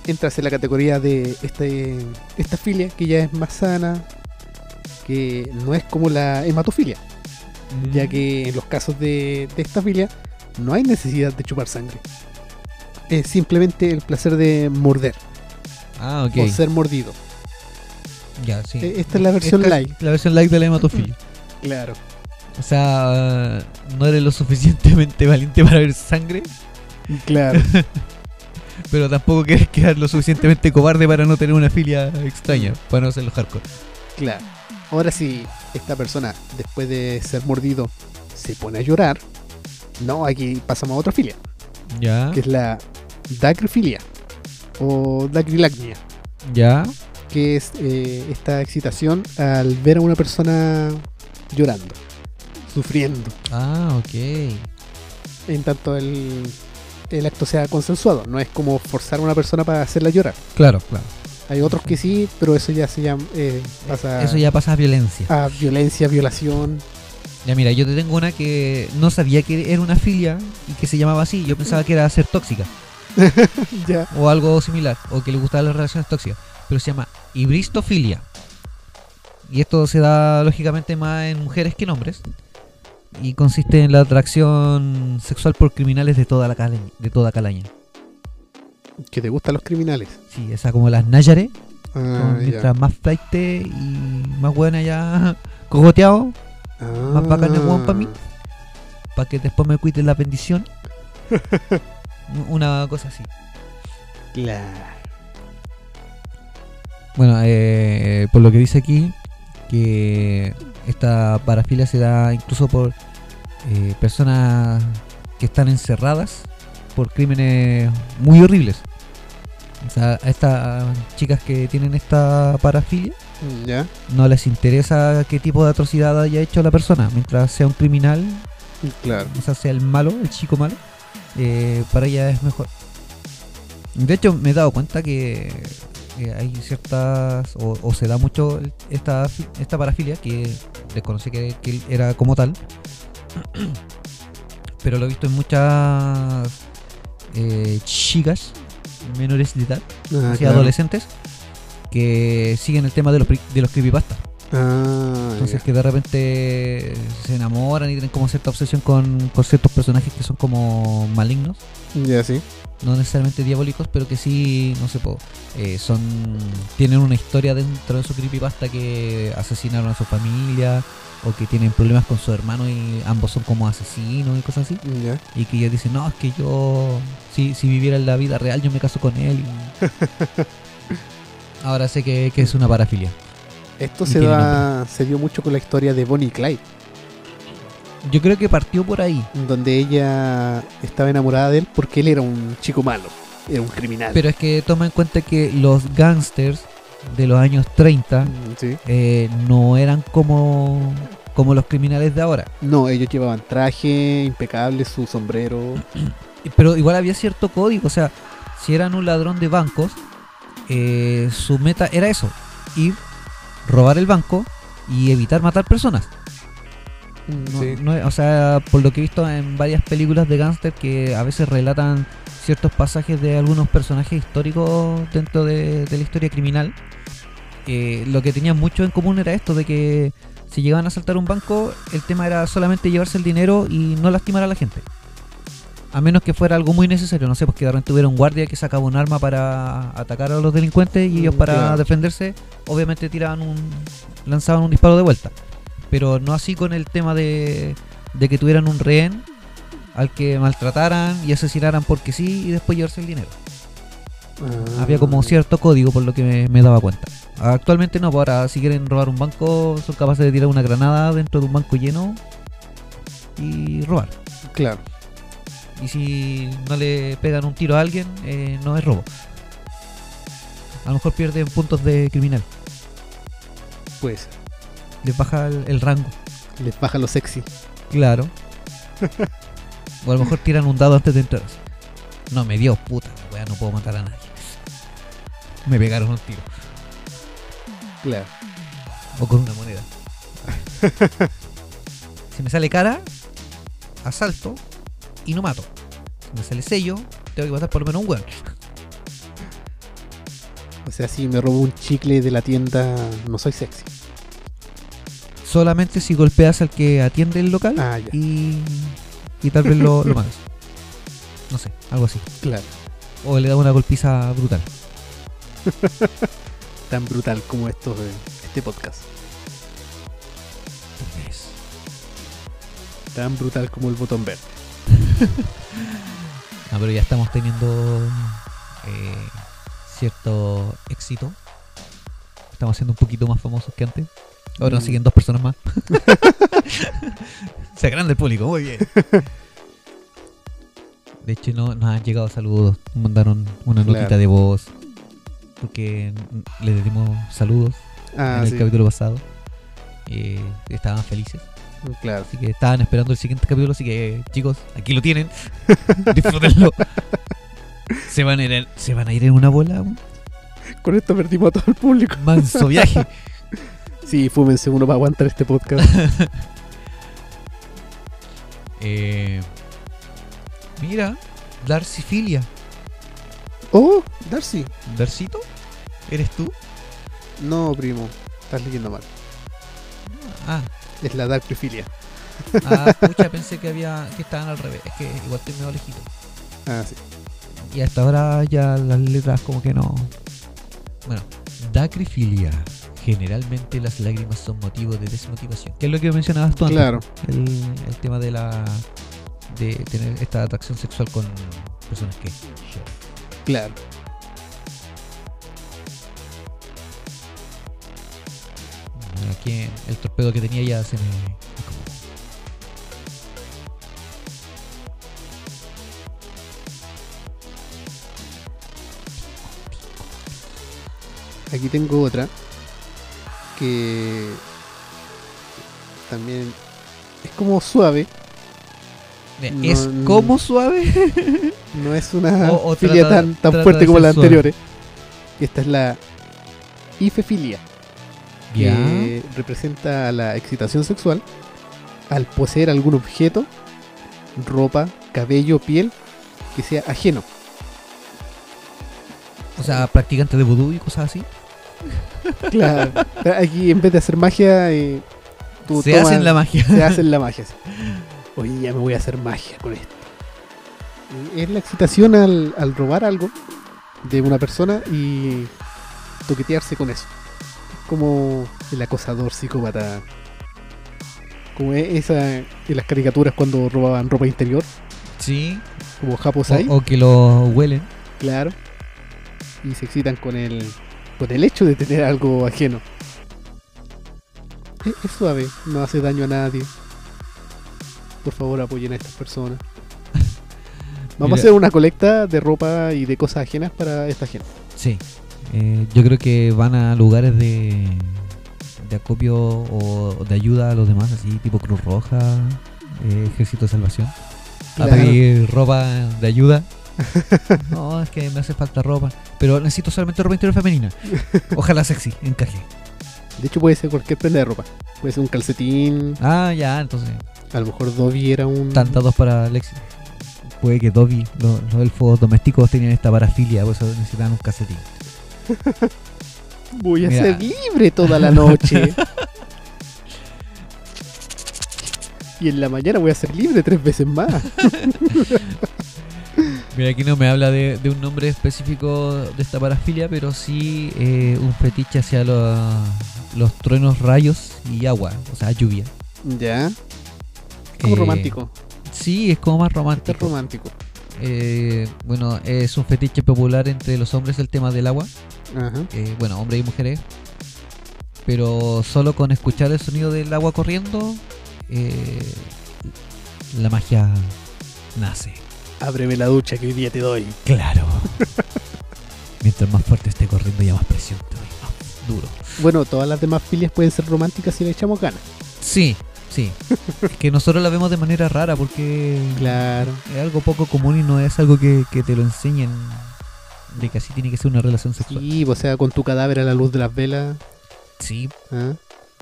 entras en la categoría de este, esta filia que ya es más sana, que no es como la hematofilia, ya que en los casos de, de esta filia no hay necesidad de chupar sangre. Es simplemente el placer de morder
Ah, ok.
o ser mordido.
ya, sí.
eh, esta es la versión
Esta-
light.
La versión light de la hematofilia.
Claro.
O sea, no eres lo suficientemente valiente para ver sangre,
Claro.
pero tampoco quieres quedar lo suficientemente cobarde para no tener una filia extraña, para no ser los hardcore.
Claro. Ahora si esta persona, después de ser mordido, se pone a llorar. No, aquí pasamos a otra filia,
Ya,
que es la dacrifilia o dacrilacnia,
ya.
que es eh, esta excitación al ver a una persona llorando, sufriendo,
Ah, ok.
en tanto el, el acto sea consensuado. No es como forzar a una persona para hacerla llorar.
Claro, claro.
Hay otros que sí, pero eso ya se llama, eh, pasa
Eso ya pasa a violencia.
a violencia, violación.
Ya mira, yo te tengo una que no sabía que era una filia y que se llamaba así. Yo pensaba que era ser tóxica
Ya,
o algo similar, o que le gustaban las relaciones tóxicas. Pero se llama hibristofilia. Y esto se da lógicamente más en mujeres que en hombres. Y consiste en la atracción sexual por criminales de toda la calaña. De toda calaña.
que te gustan los criminales.
Sí, esa como las Nayare.
Ah, ya.
mientras más flight y más buena ya cogoteado, más bacán el weón pa' mí. para que después me cuiten la bendición. Una cosa así.
Claro.
Bueno, eh, por lo que dice aquí, que esta parafilia se da incluso por eh, personas que están encerradas por crímenes muy horribles. O sea, a estas chicas que tienen esta parafilia
Ya.
no les interesa qué tipo de atrocidad haya hecho la persona. Mientras sea un criminal,
Claro.
o sea, sea el malo, el chico malo, eh, para ella es mejor. De hecho, me he dado cuenta que eh, hay ciertas, o, o se da mucho el- esta, fi- esta parafilia, que desconocí que, que era como tal, pero lo he visto en muchas eh, chicas menores de edad,
Ah,
así,
claro.
adolescentes, que siguen el tema de los, pri- de los creepypastas.
Ah,
Entonces que de repente se enamoran y tienen como cierta obsesión con, con ciertos personajes que son como malignos,
ya. ya, sí.
no necesariamente diabólicos, pero que sí, no sé, po, eh, son tienen una historia dentro de su creepypasta que asesinaron a su familia o que tienen problemas con su hermano y ambos son como asesinos y cosas así.
Ya.
Y que ellos dicen, no, es que yo, si, si viviera en la vida real, yo me caso con él. y- Ahora sé que, que es una parafilia.
Esto
Y
se
tiene
da, se dio mucho con la historia de Bonnie y Clyde,
Yo creo que partió por ahí.
donde ella estaba enamorada de él porque él era un chico malo, era un criminal.
Pero es que toma en cuenta que los gangsters de los años 30
Mm, sí.
eh, no eran como, como los criminales de ahora.
No, ellos llevaban traje impecable, su sombrero.
Pero igual había cierto código, o sea, si eran un ladrón de bancos, eh, su meta era eso, ir, robar el banco y evitar matar personas. No- no- o sea, por lo que he visto en varias películas de gangster que a veces relatan ciertos pasajes de algunos personajes históricos dentro de, de la historia criminal, eh, lo que tenían mucho en común era esto, de que si llegaban a asaltar un banco, el tema era solamente llevarse el dinero y no lastimar a la gente. A menos que fuera algo muy necesario, no sé, pues que de repente hubiera un guardia que sacaba un arma para atacar a los delincuentes y ellos
Mm,
para
claro.
defenderse, obviamente tiraban un, lanzaban un disparo de vuelta. Pero no así con el tema de, de que tuvieran un rehén al que maltrataran y asesinaran porque sí y después llevarse el dinero.
Ah,
Había como cierto código por lo que me, me daba cuenta. Actualmente no, pues ahora si quieren robar un banco son capaces de tirar una granada dentro de un banco lleno y robar.
Claro.
Y si no le pegan un tiro a alguien, eh, no es robo. A lo mejor pierden puntos de criminal,
Pues
les baja el, el rango.
les baja lo sexy.
Claro. o a lo mejor tiran un dado antes de entrar. así. No, me dio puta, la weá, no puedo matar a nadie. Me pegaron un tiro.
Claro.
O con una moneda. si me sale cara, asalto y no mato. Si me sale sello, tengo que matar por lo menos un weón.
O sea, si me robó un chicle de la tienda, no soy sexy.
Solamente si golpeas al que atiende el local
Ah, ya.
y, y tal vez lo, lo matas. No sé, algo así.
Claro.
O le da una golpiza brutal.
Tan brutal como esto de este podcast. Tan brutal como el botón verde.
No, Ah, pero ya estamos teniendo eh, cierto éxito. Estamos siendo un poquito más famosos que antes. Ahora nos
Mm.
siguen dos personas más. Se agranda el público, muy bien. De hecho, no, nos han llegado saludos. Mandaron una
Claro.
notita de voz. Porque les dimos saludos
Ah,
en el
sí.
capítulo pasado. eh, estaban felices.
Claro.
Así que estaban esperando el siguiente capítulo, así que chicos, aquí lo tienen. Disfrútenlo. Se van, a ir en, se van a ir en una bola, un
Con esto perdimos a todo el público.
manso viaje.
Sí, fúmense uno para aguantar este podcast.
Eh, mira, Darcifilia.
oh, Darcy.
¿Darcito? ¿Eres tú?
No, primo. Estás leyendo mal.
Ah,
Es la Darkrifilia.
ah pucha, pensé que había que estaban al revés. Es que igual estoy medio lejito.
Ah, sí.
Y hasta ahora ya las letras como que no. Bueno, dacrifilia. Generalmente las lágrimas son motivo de desmotivación. Que es lo que mencionabas tú antes.
Claro.
El, el tema de la de tener esta atracción sexual con personas que lloran.
Claro.
Bueno, eh, Aquí el torpedo que tenía ya se me escapó.
Aquí tengo otra que también es como suave.
Mira,
No,
eh, ¿Es
mm.
como suave?
No es una
O- o
filia
trata-
tan, tan
trata de
fuerte como
ser
las
suave.
anteriores. Esta es la ifefilia, que representa la excitación sexual al poseer algún objeto, ropa, cabello, piel que sea ajeno.
O sea, practicante de vudú y cosas así.
Claro. Pero Aquí en vez de hacer magia, eh, tú
se
tomas-
hacen la magia.
se hacen la magia. sí. Oye, ya me voy a hacer magia con esto. Y Eh, Es la excitación al, al robar algo de una persona y toquetearse con eso. Es Como el acosador psicópata. Como e- esa en las caricaturas cuando robaban ropa interior,
Sí.
como Japo Sai,
O, o que lo huelen.
claro. Y se excitan con el, con el hecho de tener algo ajeno. E, Es, es suave, no hace daño a nadie. Por favor, apoyen a estas personas. Vamos
Mira.
a hacer una colecta de ropa y de cosas ajenas para esta gente.
Sí. Eh, yo creo que van a lugares de, de acopio o de ayuda a los demás, así tipo Cruz Roja, eh, Ejército de Salvación.
Claro.
A pedir ropa de ayuda. no, es que me hace falta ropa. Pero necesito solamente ropa interior femenina. Ojalá sexy, encaje.
De hecho, puede ser cualquier prenda de ropa. Puede ser un calcetín,
Ah, ya, entonces.
a lo mejor Dobby era un...
Están dados para Lexi. Puede que Dobby, lo- los elfos domésticos tenían esta parafilia, por eso necesitaban un casetín.
Voy a
Mira.
ser libre toda la noche. y en la mañana voy a ser libre tres veces más.
Mira, aquí no me habla de, de un nombre específico de esta parafilia, pero sí eh, un fetiche hacia la- los truenos, rayos y agua, o sea, lluvia.
Ya. Como
Eh,
romántico.
Sí, es como más
Está
romántico.
romántico.
Eh, bueno, es un fetiche popular entre los hombres el tema del agua,
Ajá.
eh, bueno, hombres y mujeres, pero solo con escuchar el sonido del agua corriendo, eh, la magia nace.
Ábreme la ducha que hoy día te doy.
Claro. Mientras más fuerte esté corriendo, ya más presión te doy. Más duro.
Bueno, todas las demás filias pueden ser románticas si le echamos ganas.
Sí, sí. es que nosotros la vemos de manera rara porque
Mm. Claro.
es algo poco común y no es algo que, que te lo enseñen de que así tiene que ser una relación sexual.
Sí, pues, o sea, con tu cadáver a la luz de las velas.
Sí.
¿ah?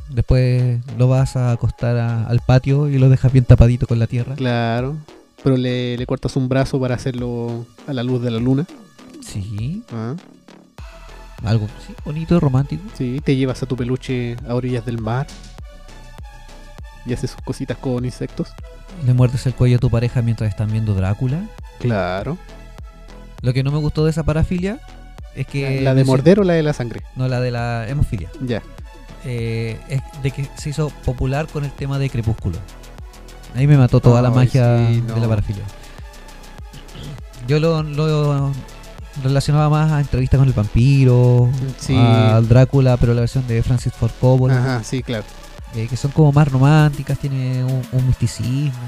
Después lo vas a acostar a- al patio y lo dejas bien tapadito con la tierra.
Claro. Pero le, le cortas un brazo para hacerlo a la luz de la luna.
Sí.
¿ah?
Algo sí, bonito, romántico.
Sí, te llevas a tu peluche a orillas del mar. Y haces sus cositas con insectos.
Le muerdes el cuello a tu pareja mientras están viendo Drácula.
Claro.
Lo que no me gustó de esa parafilia es que...
la de
mencio-
morder o la de la sangre.
No, la de la hemofilia.
Ya.
eh, es de que se hizo popular con el tema de Crepúsculo. Ahí me mató toda la
Ay,
magia
sí,
de la
no.
parafilia. Yo lo, lo relacionaba más a entrevistas con el vampiro,
Sí.
al Drácula, pero la versión de Francis Ford Coppola,
Ajá, sí, claro.
eh, que son como más románticas, tiene un, un misticismo.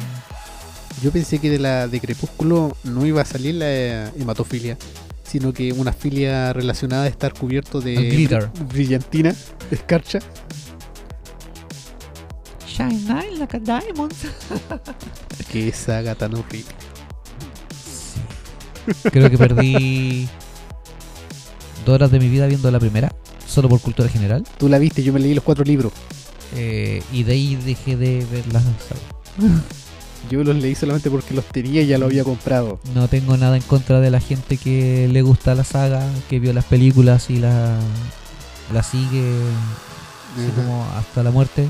Yo pensé que de la de Crepúsculo no iba a salir la eh, hematofilia, sino que una filia relacionada a estar cubierto de
El glitter.
bri- brillantina, escarcha.
Shine Nine like a diamond.
Qué saga tan horrible.
Sí. Creo que perdí dos horas de mi vida viendo la primera, solo por cultura general.
Tú la viste, yo me leí los cuatro libros.
eh, y de ahí dejé de ver las sagas.
Yo los leí solamente porque los tenía y ya lo había comprado.
No tengo nada en contra de la gente que le gusta la saga, que vio las películas y la, la sigue así
Ajá.
como hasta la muerte.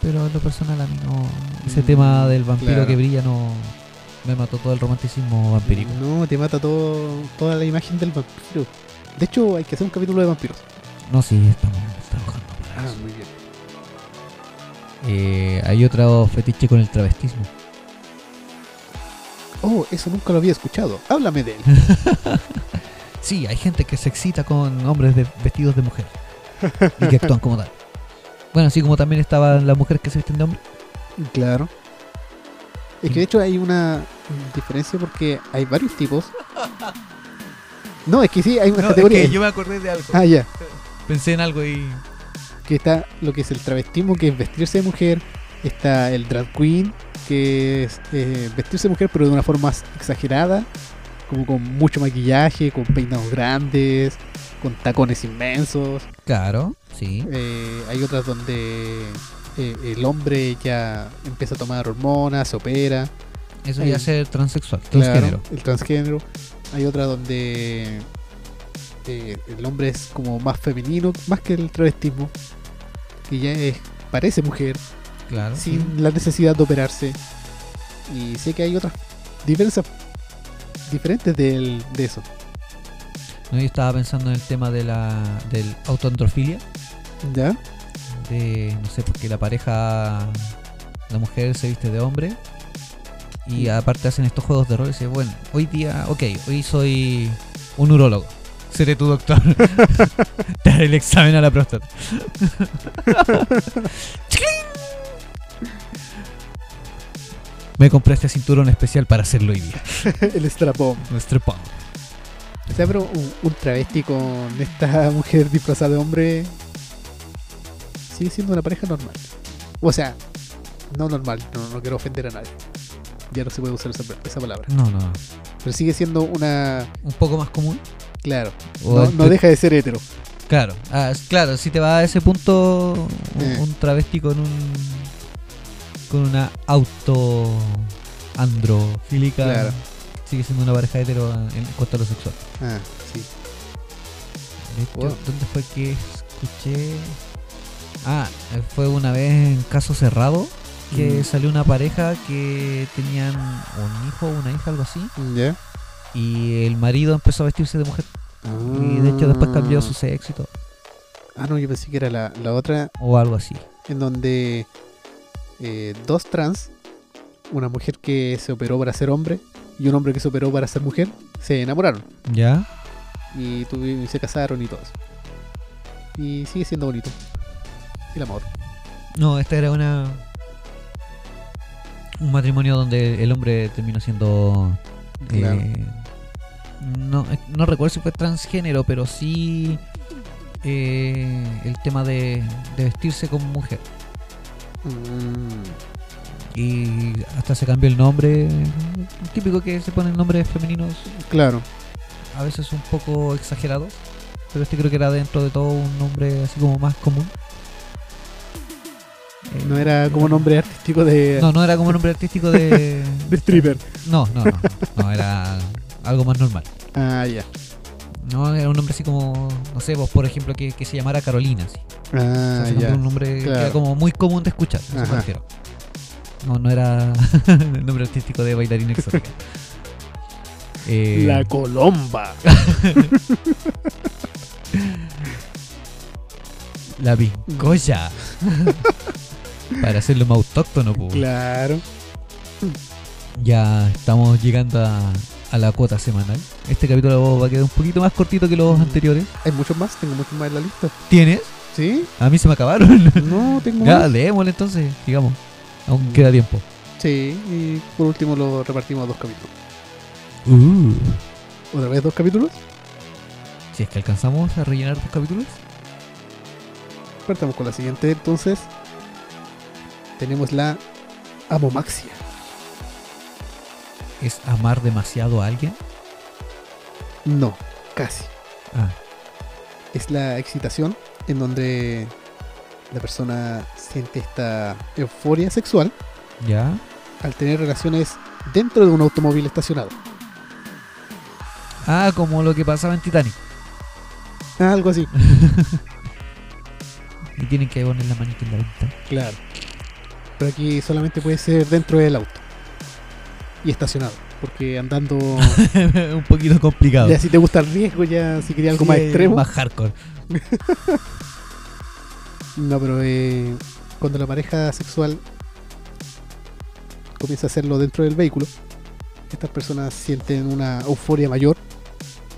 Pero en lo personal a mí no... Ese
Mm,
tema del vampiro
claro.
que brilla no... Me mató todo el romanticismo vampírico.
No, te mata todo, toda la imagen del vampiro. De hecho, hay que hacer un capítulo de vampiros.
No, sí, estamos trabajando para eso.
Ah, muy bien. Ah.
Eh, hay otro fetiche con el travestismo.
Oh, eso nunca lo había escuchado. Háblame de él.
Sí, hay gente que se excita con hombres de- vestidos de mujer y que actúan como tal. Bueno, así como también estaban las mujeres que se visten de hombre.
Claro. Es que de hecho hay una diferencia porque hay varios tipos. No, es que sí, hay una categoría.
yo me acordé de algo.
Ah, ya.
Pensé en algo y.
Que está lo que es el travestismo, que es vestirse de mujer. Está el drag queen, que es eh, vestirse de mujer pero de una forma más exagerada. Como con mucho maquillaje, con peinados grandes, con tacones inmensos.
Claro, sí.
Eh, hay otras donde eh, el hombre ya empieza a tomar hormonas, se opera.
Eso ya
Eh,
es ser transexual,
Claro,
transgénero.
el transgénero. Hay otra donde eh, el hombre es como más femenino, más que el travestismo. Que ya es- parece mujer,
Claro. Ah, sí.
sin la necesidad de operarse. Y sé que hay otras diversas diferentes del- de eso.
No, yo estaba pensando en el tema de la del autoandrofilia.
¿Ya?
De, no sé, porque la pareja, la mujer se viste de hombre. Y aparte hacen estos juegos de rol y dicen, bueno, hoy día, ok, hoy soy un urólogo. Seré tu doctor. Te haré el examen a la próstata. ¡Chling! Me compré este cinturón especial para hacerlo hoy día.
el strapón.
Nuestro pavo.
O sea, pero un, un travesti con esta mujer disfrazada de hombre sigue siendo una pareja normal. O sea, no normal, no, no quiero ofender a nadie. Ya no se puede usar esa, esa palabra.
No, no, no.
Pero sigue siendo una.
Un poco más común.
Claro,
O
no,
entre-
no deja de ser hetero.
Claro, ah, es- claro, si te va a ese punto un,
Eh.
un travesti con un con una auto androfílica
Claro.
sigue siendo una pareja hetero en cuanto a lo sexual.
Ah, sí.
De hecho,
Wow.
¿dónde fue que escuché? Ah, eh, fue una vez en caso cerrado que
Mm.
salió una pareja que tenían un hijo, una hija, algo así,
¿Ya?
y el marido empezó a vestirse de mujer y de hecho después
Mm.
cambió su sexo y todo,
Ah, no, yo pensé que era la, la otra
o algo así.
en donde eh, dos trans, una mujer que se operó para ser hombre y un hombre que se operó para ser mujer, se enamoraron.
¿Ya?
y, tuvi- y se casaron y todo eso. Y sigue siendo bonito. El amor.
No, esta era una. Un matrimonio donde el hombre terminó siendo. eh,
Claro.
no, no recuerdo si fue transgénero, pero sí. eh, el tema de, de vestirse como mujer.
Mm,
Y hasta se cambió el nombre. Típico que se ponen nombres femeninos,
claro.
a veces un poco exagerados. Pero este creo que era dentro de todo un nombre así como más común. Eh,
No era como nombre artístico de,
No, no era como nombre artístico de.
de stripper.
No, no, no. No, era algo más normal.
Ah, ya.
No, era un nombre así como, no sé, vos por ejemplo que, que se llamara Carolina. Así. O sea,
Ah,
ese nombre,
ya.
un nombre que
Claro.
era como muy común de escuchar. a Eso
Ajá.
me refiero. No, no era el nombre artístico de bailarín exótica. Eh, Oh.
La Colomba.
la Vincoya. Para hacerlo más autóctono, pues.
Claro.
Ya estamos llegando a, a la cuota semanal. Este capítulo va a quedar un poquito más cortito que los
Mm.
anteriores.
Hay muchos más, tengo muchos más en la lista.
¿Tienes?
¿Sí?
A mí se me acabaron.
No, tengo
Ya,
más.
leémosle entonces, digamos. Aún
Mm.
queda tiempo.
Sí, y por último lo repartimos a dos capítulos.
Uh.
¿Otra vez dos capítulos?
Si es que alcanzamos a rellenar dos capítulos.
Partamos con la siguiente entonces. tenemos la amomaxia.
¿Es amar demasiado a alguien?
No, casi.
Ah,
Es la excitación en donde la persona siente esta euforia sexual
ya.
al tener relaciones dentro de un automóvil estacionado.
Ah, como lo que pasaba en Titanic.
Algo así.
Y tienen que poner la manita en la ventana.
Claro. Pero aquí solamente puede ser dentro del auto. Y estacionado. Porque andando.
un poquito complicado.
ya si te gusta el riesgo, ya si quería algo
Sí,
más extremo.
Más hardcore.
No, pero eh, cuando la pareja sexual comienza a hacerlo dentro del vehículo, estas personas sienten una euforia mayor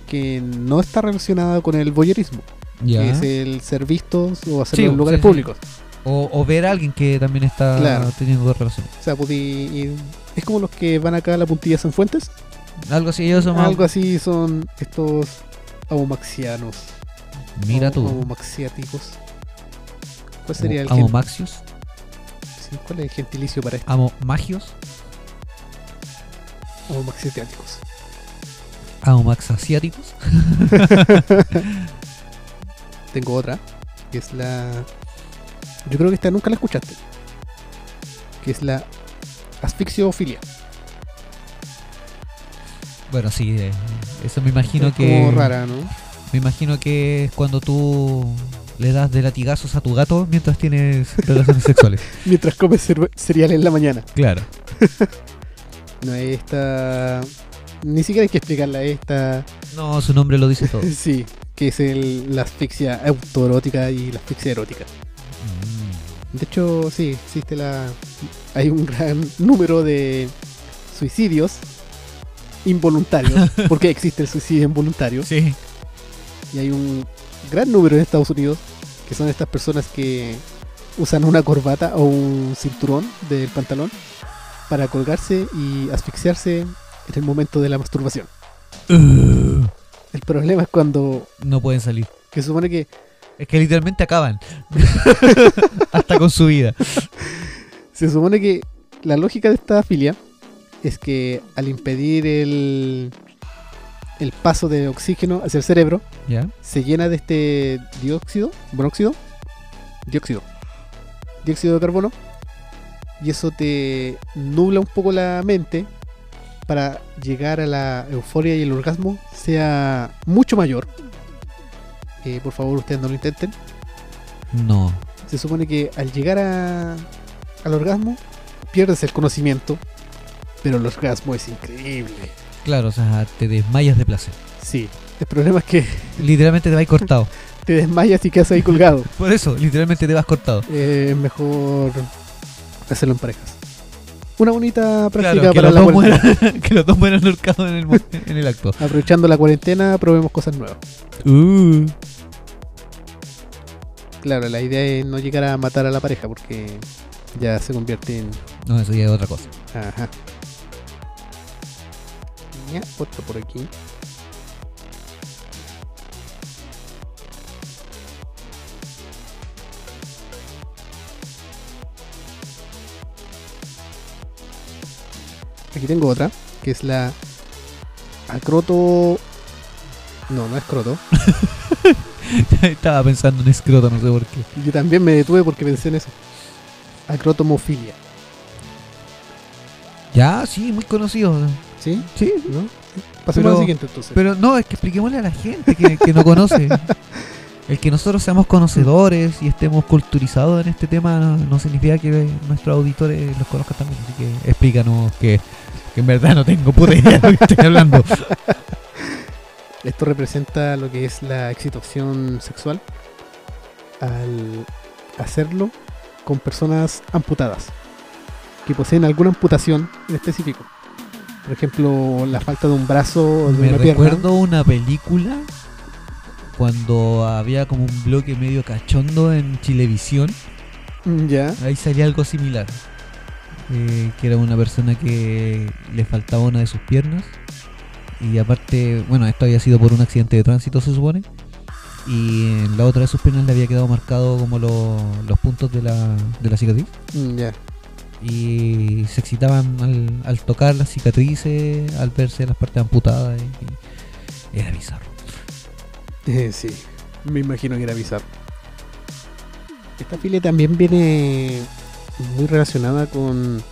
que no está relacionada con el voyerismo,
Ya.
que es el ser vistos o hacerlo
Sí,
en lugares
sí, sí.
públicos.
O, o ver a alguien que también está
Claro.
teniendo relaciones.
O sea, podí ir- es como los que van acá a la puntilla San Fuentes.
Algo así, ellos son más-
Algo así son estos abomaxianos.
Mira
o-
tú.
Abomaxiáticos. ¿Cuál sería el,
Amo
gen-
Maxios.
sí, ¿cuál es el gentilicio para estos
Amo Magios.
abomaxiáticos?
Amo Max Asiáticos.
Tengo otra, que es la. Yo creo que esta nunca la escuchaste. Que es la asfixiofilia.
Bueno, sí. eh, eso me imagino
es
que.
como rara, ¿no?
Me imagino que es cuando tú le das de latigazos a tu gato mientras tienes relaciones sexuales.
Mientras comes cerve- cereal en la mañana.
Claro.
No, esta. Ni siquiera hay que explicarla. Esta.
No, su nombre lo dice todo.
Sí, que es el, la asfixia autoerótica y la asfixia erótica.
Mm,
De hecho, sí, existe la. Hay un gran número de suicidios involuntarios. porque existe el suicidio involuntario.
Sí.
y hay un gran número en Estados Unidos que son estas personas que usan una corbata o un cinturón del pantalón para colgarse y asfixiarse en el momento de la masturbación.
Uh,
El problema es cuando
no pueden salir.
que se supone que
Es que literalmente acaban. Hasta con su vida.
se supone que la lógica de esta filia es que al impedir el el paso de oxígeno hacia el cerebro
¿Ya?
se llena de este dióxido, monóxido, dióxido, dióxido de carbono, y eso te nubla un poco la mente para llegar a la euforia y el orgasmo sea mucho mayor. Eh, por favor, ustedes no lo intenten.
No.
Se supone que al llegar a- al orgasmo pierdes el conocimiento, pero el orgasmo es increíble.
Claro, o sea, te desmayas de placer.
Sí, el problema es que
Literalmente te vas cortado.
te desmayas y quedas ahí colgado.
Por eso, literalmente te vas cortado.
eh, es mejor hacerlo en parejas. Una bonita
Claro,
práctica
que
para
los,
la
dos
cuarentena.
mueran, que los dos mueran ahorcados en el, mo- en el acto.
Aprovechando la cuarentena, probemos cosas nuevas.
Uh,
Claro, la idea es no llegar a matar a la pareja porque ya se convierte en.
no, eso ya es otra cosa.
Ajá. Ya, otro por aquí. Aquí tengo otra, que es la acroto... No, no es croto.
Estaba pensando en escroto, no sé por qué.
Yo también me detuve porque pensé en eso. Acrotomofilia.
Ya, sí, muy conocido.
¿Sí?
Sí,
¿No? Pasemos
Pero-
al siguiente entonces.
pero no, es que expliquémosle a la gente que, que no conoce. El que nosotros seamos conocedores y estemos culturizados en este tema no, no significa que nuestros auditores los conozcan también. Así que explícanos que, que en verdad no tengo puta idea de lo que estoy hablando.
Esto representa lo que es la excitación sexual al hacerlo con personas amputadas que poseen alguna amputación en específico. Por ejemplo, la falta de un brazo o de
Me
una pierna.
recuerdo una película cuando había como un bloque medio cachondo en Chilevisión.
Mm, Ya.
Ahí salía algo similar. eh, que era una persona que le faltaba una de sus piernas. Y aparte, bueno, esto había sido por un accidente de tránsito, se supone. Y en la otra de sus piernas le había quedado marcado como lo- los puntos de la, de la cicatriz.
Mm, Ya.
y se excitaban al, al tocar las cicatrices, al verse las partes amputadas. y- y era bizarro.
Eh, sí, me imagino que era bizarro. Esta file también viene muy relacionada con.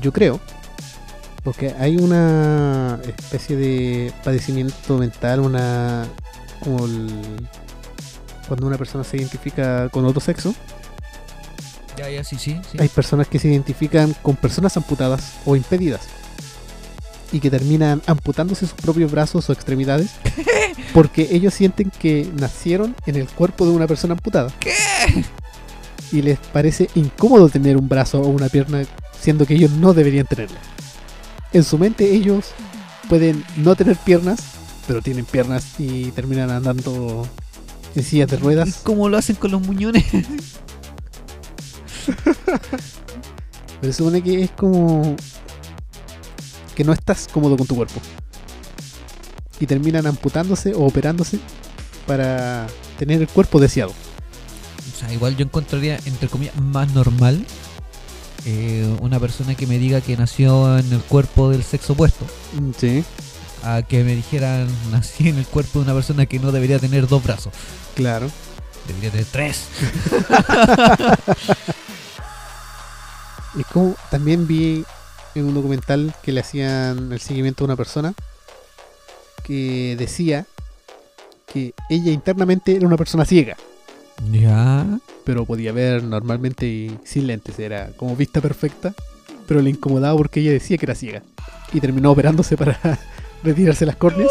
Yo creo. Porque hay una especie de padecimiento mental, una. como el- cuando una persona se identifica con otro sexo.
Ya, ya, sí, sí. sí.
Hay personas que se identifican con personas amputadas o impedidas y que terminan amputándose sus propios brazos o extremidades porque ellos sienten que nacieron en el cuerpo de una persona amputada. ¿Qué? Y les parece incómodo tener un brazo o una pierna siendo que ellos no deberían tenerla. En su mente ellos pueden no tener piernas, pero tienen piernas y terminan andando en sillas de
¿Y
ruedas.
cómo lo hacen con los muñones?
Pero se supone que es como. que no estás cómodo con tu cuerpo. Y terminan amputándose o operándose para tener el cuerpo deseado.
O sea, igual yo encontraría, entre comillas, más normal eh, una persona que me diga que nació en el cuerpo del sexo opuesto.
Sí,
A que me dijeran, nací en el cuerpo de una persona que no debería tener dos brazos.
claro.
Debería tener tres.
Es como también vi en un documental que le hacían el seguimiento a una persona que decía que ella internamente era una persona ciega,
Ya.
pero podía ver normalmente y sin lentes, era como vista perfecta, pero le incomodaba porque ella decía que era ciega y terminó operándose para retirarse las córneas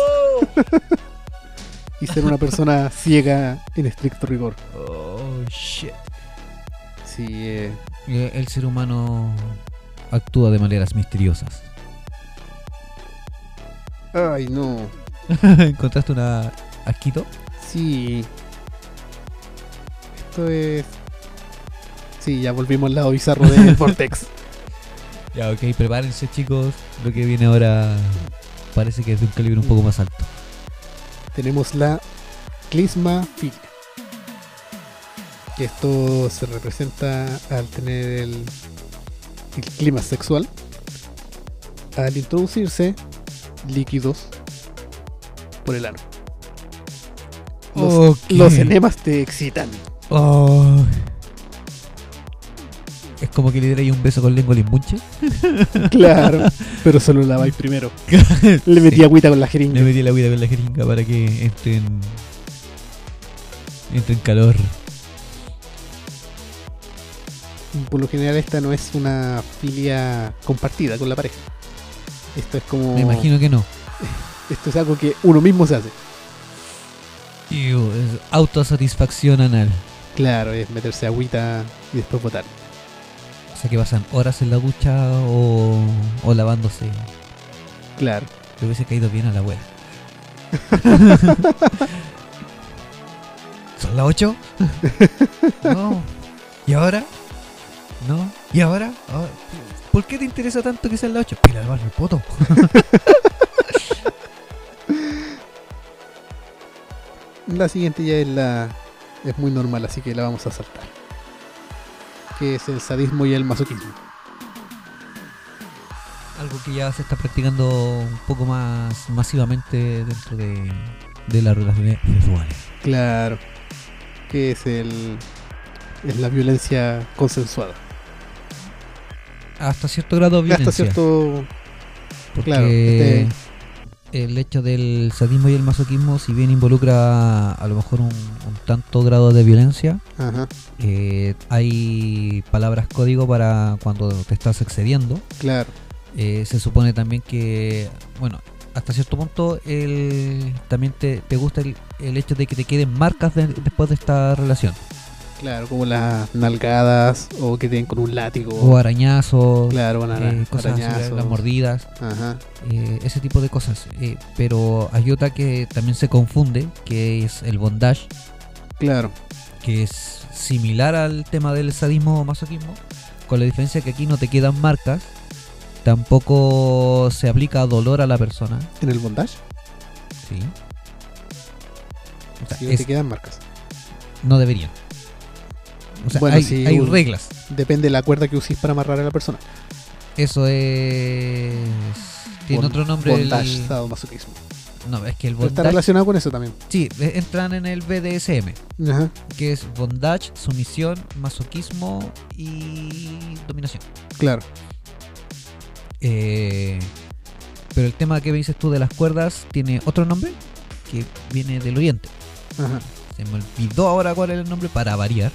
y ser una persona ciega en estricto rigor.
Oh, shit.
Sí, eh,
Eh, El ser humano actúa de maneras misteriosas.
ay no,
¿Encontraste una asquito?
sí. Esto es... Sí, ya volvimos al lado bizarro del Vortex.
Ya, ok, prepárense chicos. Lo que viene ahora parece que es de un calibre un poco más alto.
tenemos la clismafilia. Que Esto se representa al tener el, el clima sexual, al introducirse líquidos por el ano. Los,
Ok.
los enemas te excitan.
Oh. Es como que le dierais un beso con lengua limunche.
Claro, pero solo laváis primero. Le metí agüita con la jeringa.
Le metí la vida con la jeringa para que entre en. entre en calor.
Por lo general, esta no es una filia compartida con la pareja. Esto es como.
Me imagino que no.
Esto es algo que uno mismo se hace.
Ew, uh, es autosatisfacción anal.
Claro, es meterse agüita y después botar.
O sea que pasan horas en la ducha o, o lavándose.
Claro.
Le hubiese caído bien a la abuela. ¿Son las 8? no. ¿Y ahora? No. ¿Y ahora? Ah, ¿Por qué te interesa tanto que sean las 8? Pila lavar el poto.
La siguiente ya es la. es muy normal, así que la vamos a saltar. Que es el sadismo y el masoquismo.
Algo que ya se está practicando un poco más masivamente dentro de, de las relaciones sexuales.
Claro. Que es el. es la violencia consensuada.
Hasta cierto grado de violencia.
Hasta cierto.
Porque
Claro, este-
el hecho del sadismo y el masoquismo, si bien involucra a lo mejor un, un tanto grado de violencia,
Ajá.
eh, hay palabras código para cuando te estás excediendo.
Claro.
Eh, se supone también que, bueno, hasta cierto punto el, también te, te gusta el, el hecho de que te queden marcas de- después de esta relación.
Claro, como las nalgadas o que te den con un
O
látigo.
arañazos,
Claro, una
eh, cosas así, las mordidas.
Ajá.
eh, ese tipo de cosas. eh, pero hay otra que también se confunde, que es el bondage,
Claro.
que es similar al tema del sadismo o masoquismo, con la diferencia que aquí no te quedan marcas, tampoco se aplica dolor a la persona.
En el bondage.
Sí. O sea,
Si no
es-
te quedan marcas.
no deberían. O sea,
Bueno,
hay,
sí,
hay
un-
reglas.
Depende de la cuerda que usís para amarrar a la persona.
Eso es. Tiene
Bond-
otro nombre. el-
Bondage, sadomasoquismo.
No, es que el
Pero Está
bondage.
relacionado con eso también.
Sí, e- entran en el BDSM,
Ajá.
que es bondage, sumisión, masoquismo y dominación.
Claro.
Eh, pero el tema que me dices tú de las cuerdas tiene otro nombre que viene del oriente.
Ajá.
Se me olvidó ahora cuál era el nombre para variar,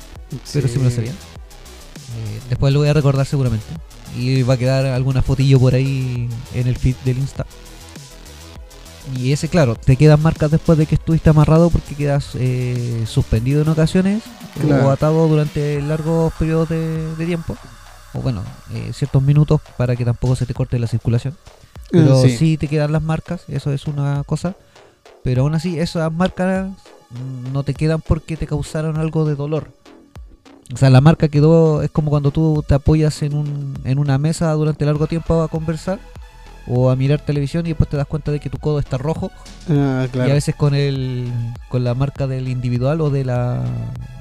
pero sí,
Sí.
me lo sabía. Eh, después lo voy a recordar seguramente. Y va a quedar alguna fotillo por ahí en el feed del Insta. Y ese, claro, te quedan marcas después de que estuviste amarrado porque quedas eh, suspendido en ocasiones
Claro.
o atado durante largos periodos de, de tiempo. O bueno, eh, ciertos minutos para que tampoco se te corte la circulación. Pero
Ah, Sí.
sí. te quedan las marcas, eso es una cosa. Pero aún así, esas marcas mm, no te quedan porque te causaron algo de dolor. O sea, la marca quedó, es como cuando tú te apoyas en, un, en una mesa durante largo tiempo a conversar o a mirar televisión y después te das cuenta de que tu codo está rojo y
Ah,
a
claro.
veces con el con la marca del individual o de la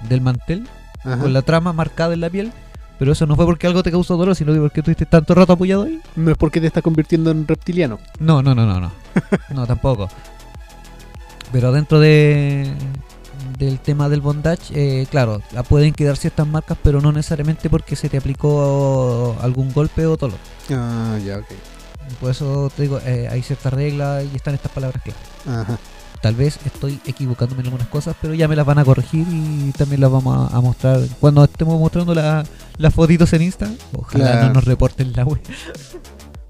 del mantel
Ajá.
con la trama marcada en la piel pero eso no fue porque algo te causó dolor sino que porque estuviste tanto rato apoyado ahí
No es porque te está convirtiendo en reptiliano.
no, no, no, no, no. No, tampoco. Pero dentro de del tema del bondage, eh, claro, la pueden quedar ciertas marcas, pero no necesariamente porque se te aplicó algún golpe o dolor.
Ah, ya, ok.
Por eso te digo, eh, hay ciertas reglas y están estas palabras claras.
Ajá.
Tal vez estoy equivocándome en algunas cosas, pero ya me las van a corregir y también las vamos a, a mostrar. Cuando estemos mostrando la- las fotitos en Insta, ojalá
Claro.
no nos reporten la web.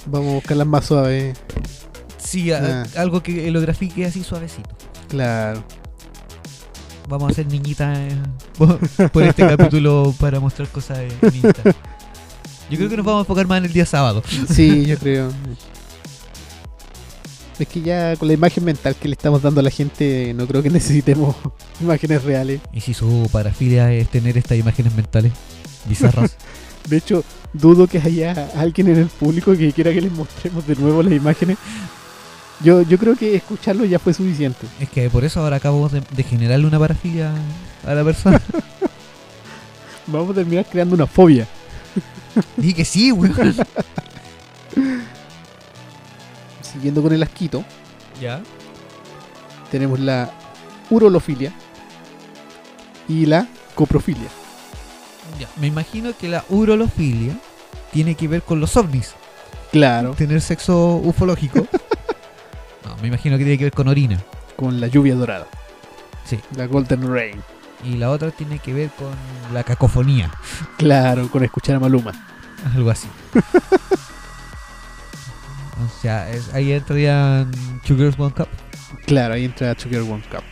Vamos a buscarlas más suaves.
Sí, a-
Ah.
algo que lo grafique así suavecito.
Claro.
Vamos a hacer niñitas eh, por por este capítulo para mostrar cosas en Insta. Yo creo que nos vamos a enfocar más en el día sábado.
Sí, yo creo. Es que ya con la imagen mental que le estamos dando a la gente, no creo que necesitemos imágenes reales.
Y si su parafilia es tener estas imágenes mentales bizarras.
De hecho, dudo que haya alguien en el público que quiera que les mostremos de nuevo las imágenes. Yo, yo creo que escucharlo ya fue suficiente.
es que por eso ahora acabamos de, de generarle una parafilia a la persona.
Vamos a terminar creando una fobia.
Dije que sí, weón.
Siguiendo con el asquito,
Ya.
tenemos la urolofilia y la coprofilia.
ya. Me imagino que la urolofilia tiene que ver con los ovnis.
Claro,
Tener sexo ufológico. no, me imagino que tiene que ver con orina.
con la lluvia dorada.
Sí.
La Golden Rain.
Y la otra tiene que ver con la cacofonía.
Claro, con escuchar a Maluma.
Algo así. o sea, es- ahí entrarían Two Girls One Cup.
Claro, ahí entra Sugar One Cup.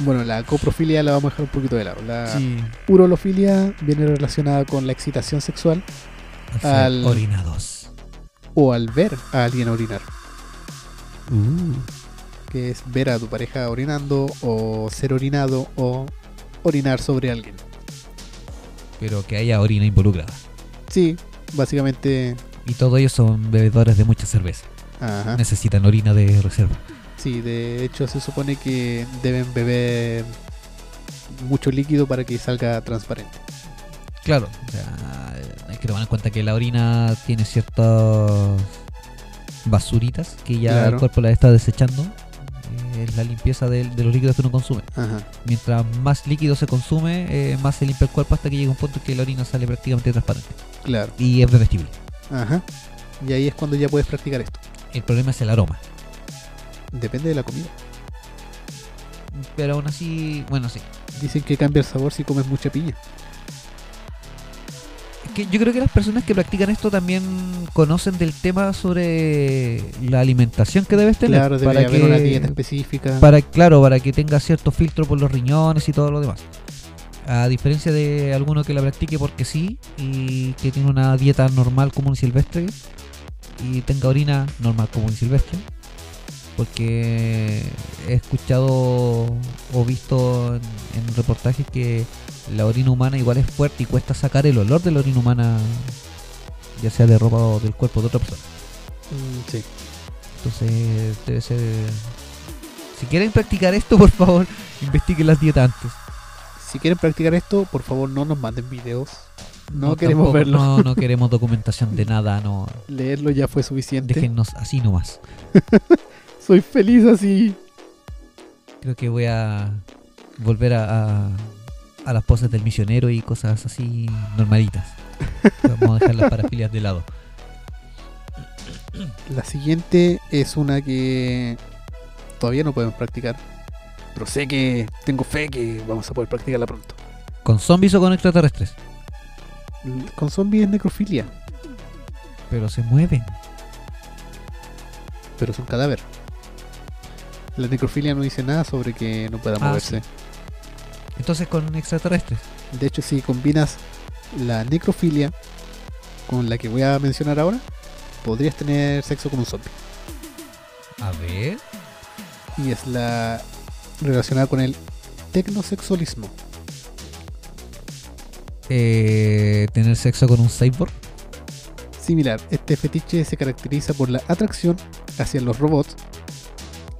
Bueno, la coprofilia la vamos a dejar un poquito de lado. La
Sí.
urolofilia viene relacionada con la excitación sexual
O sea,
Al-
Orinados.
o al ver a alguien orinar,
Uh,
que es ver a tu pareja orinando o ser orinado o orinar sobre alguien.
pero que haya orina involucrada.
Sí, básicamente,
Y todos ellos son bebedores de mucha cerveza.
ajá.
Necesitan orina de reserva.
Sí, de hecho se supone que deben beber mucho líquido para que salga transparente.
Claro. O sea, hay que tomar en cuenta que la orina tiene ciertas basuritas que ya
Claro.
el cuerpo la está desechando. Eh, Es la limpieza del- de los líquidos que uno consume.
Ajá.
mientras más líquido se consume, eh, más se limpia el cuerpo hasta que llega un punto en que la orina sale prácticamente transparente
Claro,
y es bebestible.
ajá. Y ahí es cuando ya puedes practicar esto.
El problema es el aroma.
Depende de la comida.
Pero aún así, bueno, sí.
Dicen que cambia el sabor si comes mucha piña.
Es que yo creo que las personas que practican esto también conocen del tema sobre la alimentación que debes tener.
Claro, debe haber una dieta específica.
para, claro, para que tenga cierto filtro por los riñones y todo lo demás. A diferencia de alguno que la practique porque sí y que tiene una dieta normal común y silvestre y tenga orina normal común y silvestre. Porque he escuchado o visto en, en reportajes que la orina humana igual es fuerte y cuesta sacar el olor de la orina humana, ya sea de ropa o del cuerpo de otra persona.
Mm, sí.
Entonces debe ser... Si quieren practicar esto, por favor, investiguen las dietas antes.
si quieren practicar esto, por favor no nos manden videos. No,
No, tampoco-
queremos verlo.
No, no queremos documentación de nada, no.
Leerlo ya fue suficiente.
Déjennos así nomás.
Soy feliz así.
Creo que voy a volver a, a, a las poses del misionero y cosas así normalitas. Vamos a dejar las parafilias de lado.
La siguiente es una que todavía no podemos practicar. Pero sé que tengo fe que vamos a poder practicarla pronto.
¿Con zombies o con extraterrestres?
L- Con zombies es necrofilia,
Pero se mueven.
pero es un cadáver. La necrofilia no dice nada sobre que no pueda
Ah,
moverse.
Entonces con extraterrestres.
De hecho, si combinas la necrofilia con la que voy a mencionar ahora, podrías tener sexo con un zombie.
A ver.
Y es la relacionada con el tecnosexualismo.
Eh, Tener sexo con un cyborg.
Similar, este fetiche se caracteriza por la atracción hacia los robots.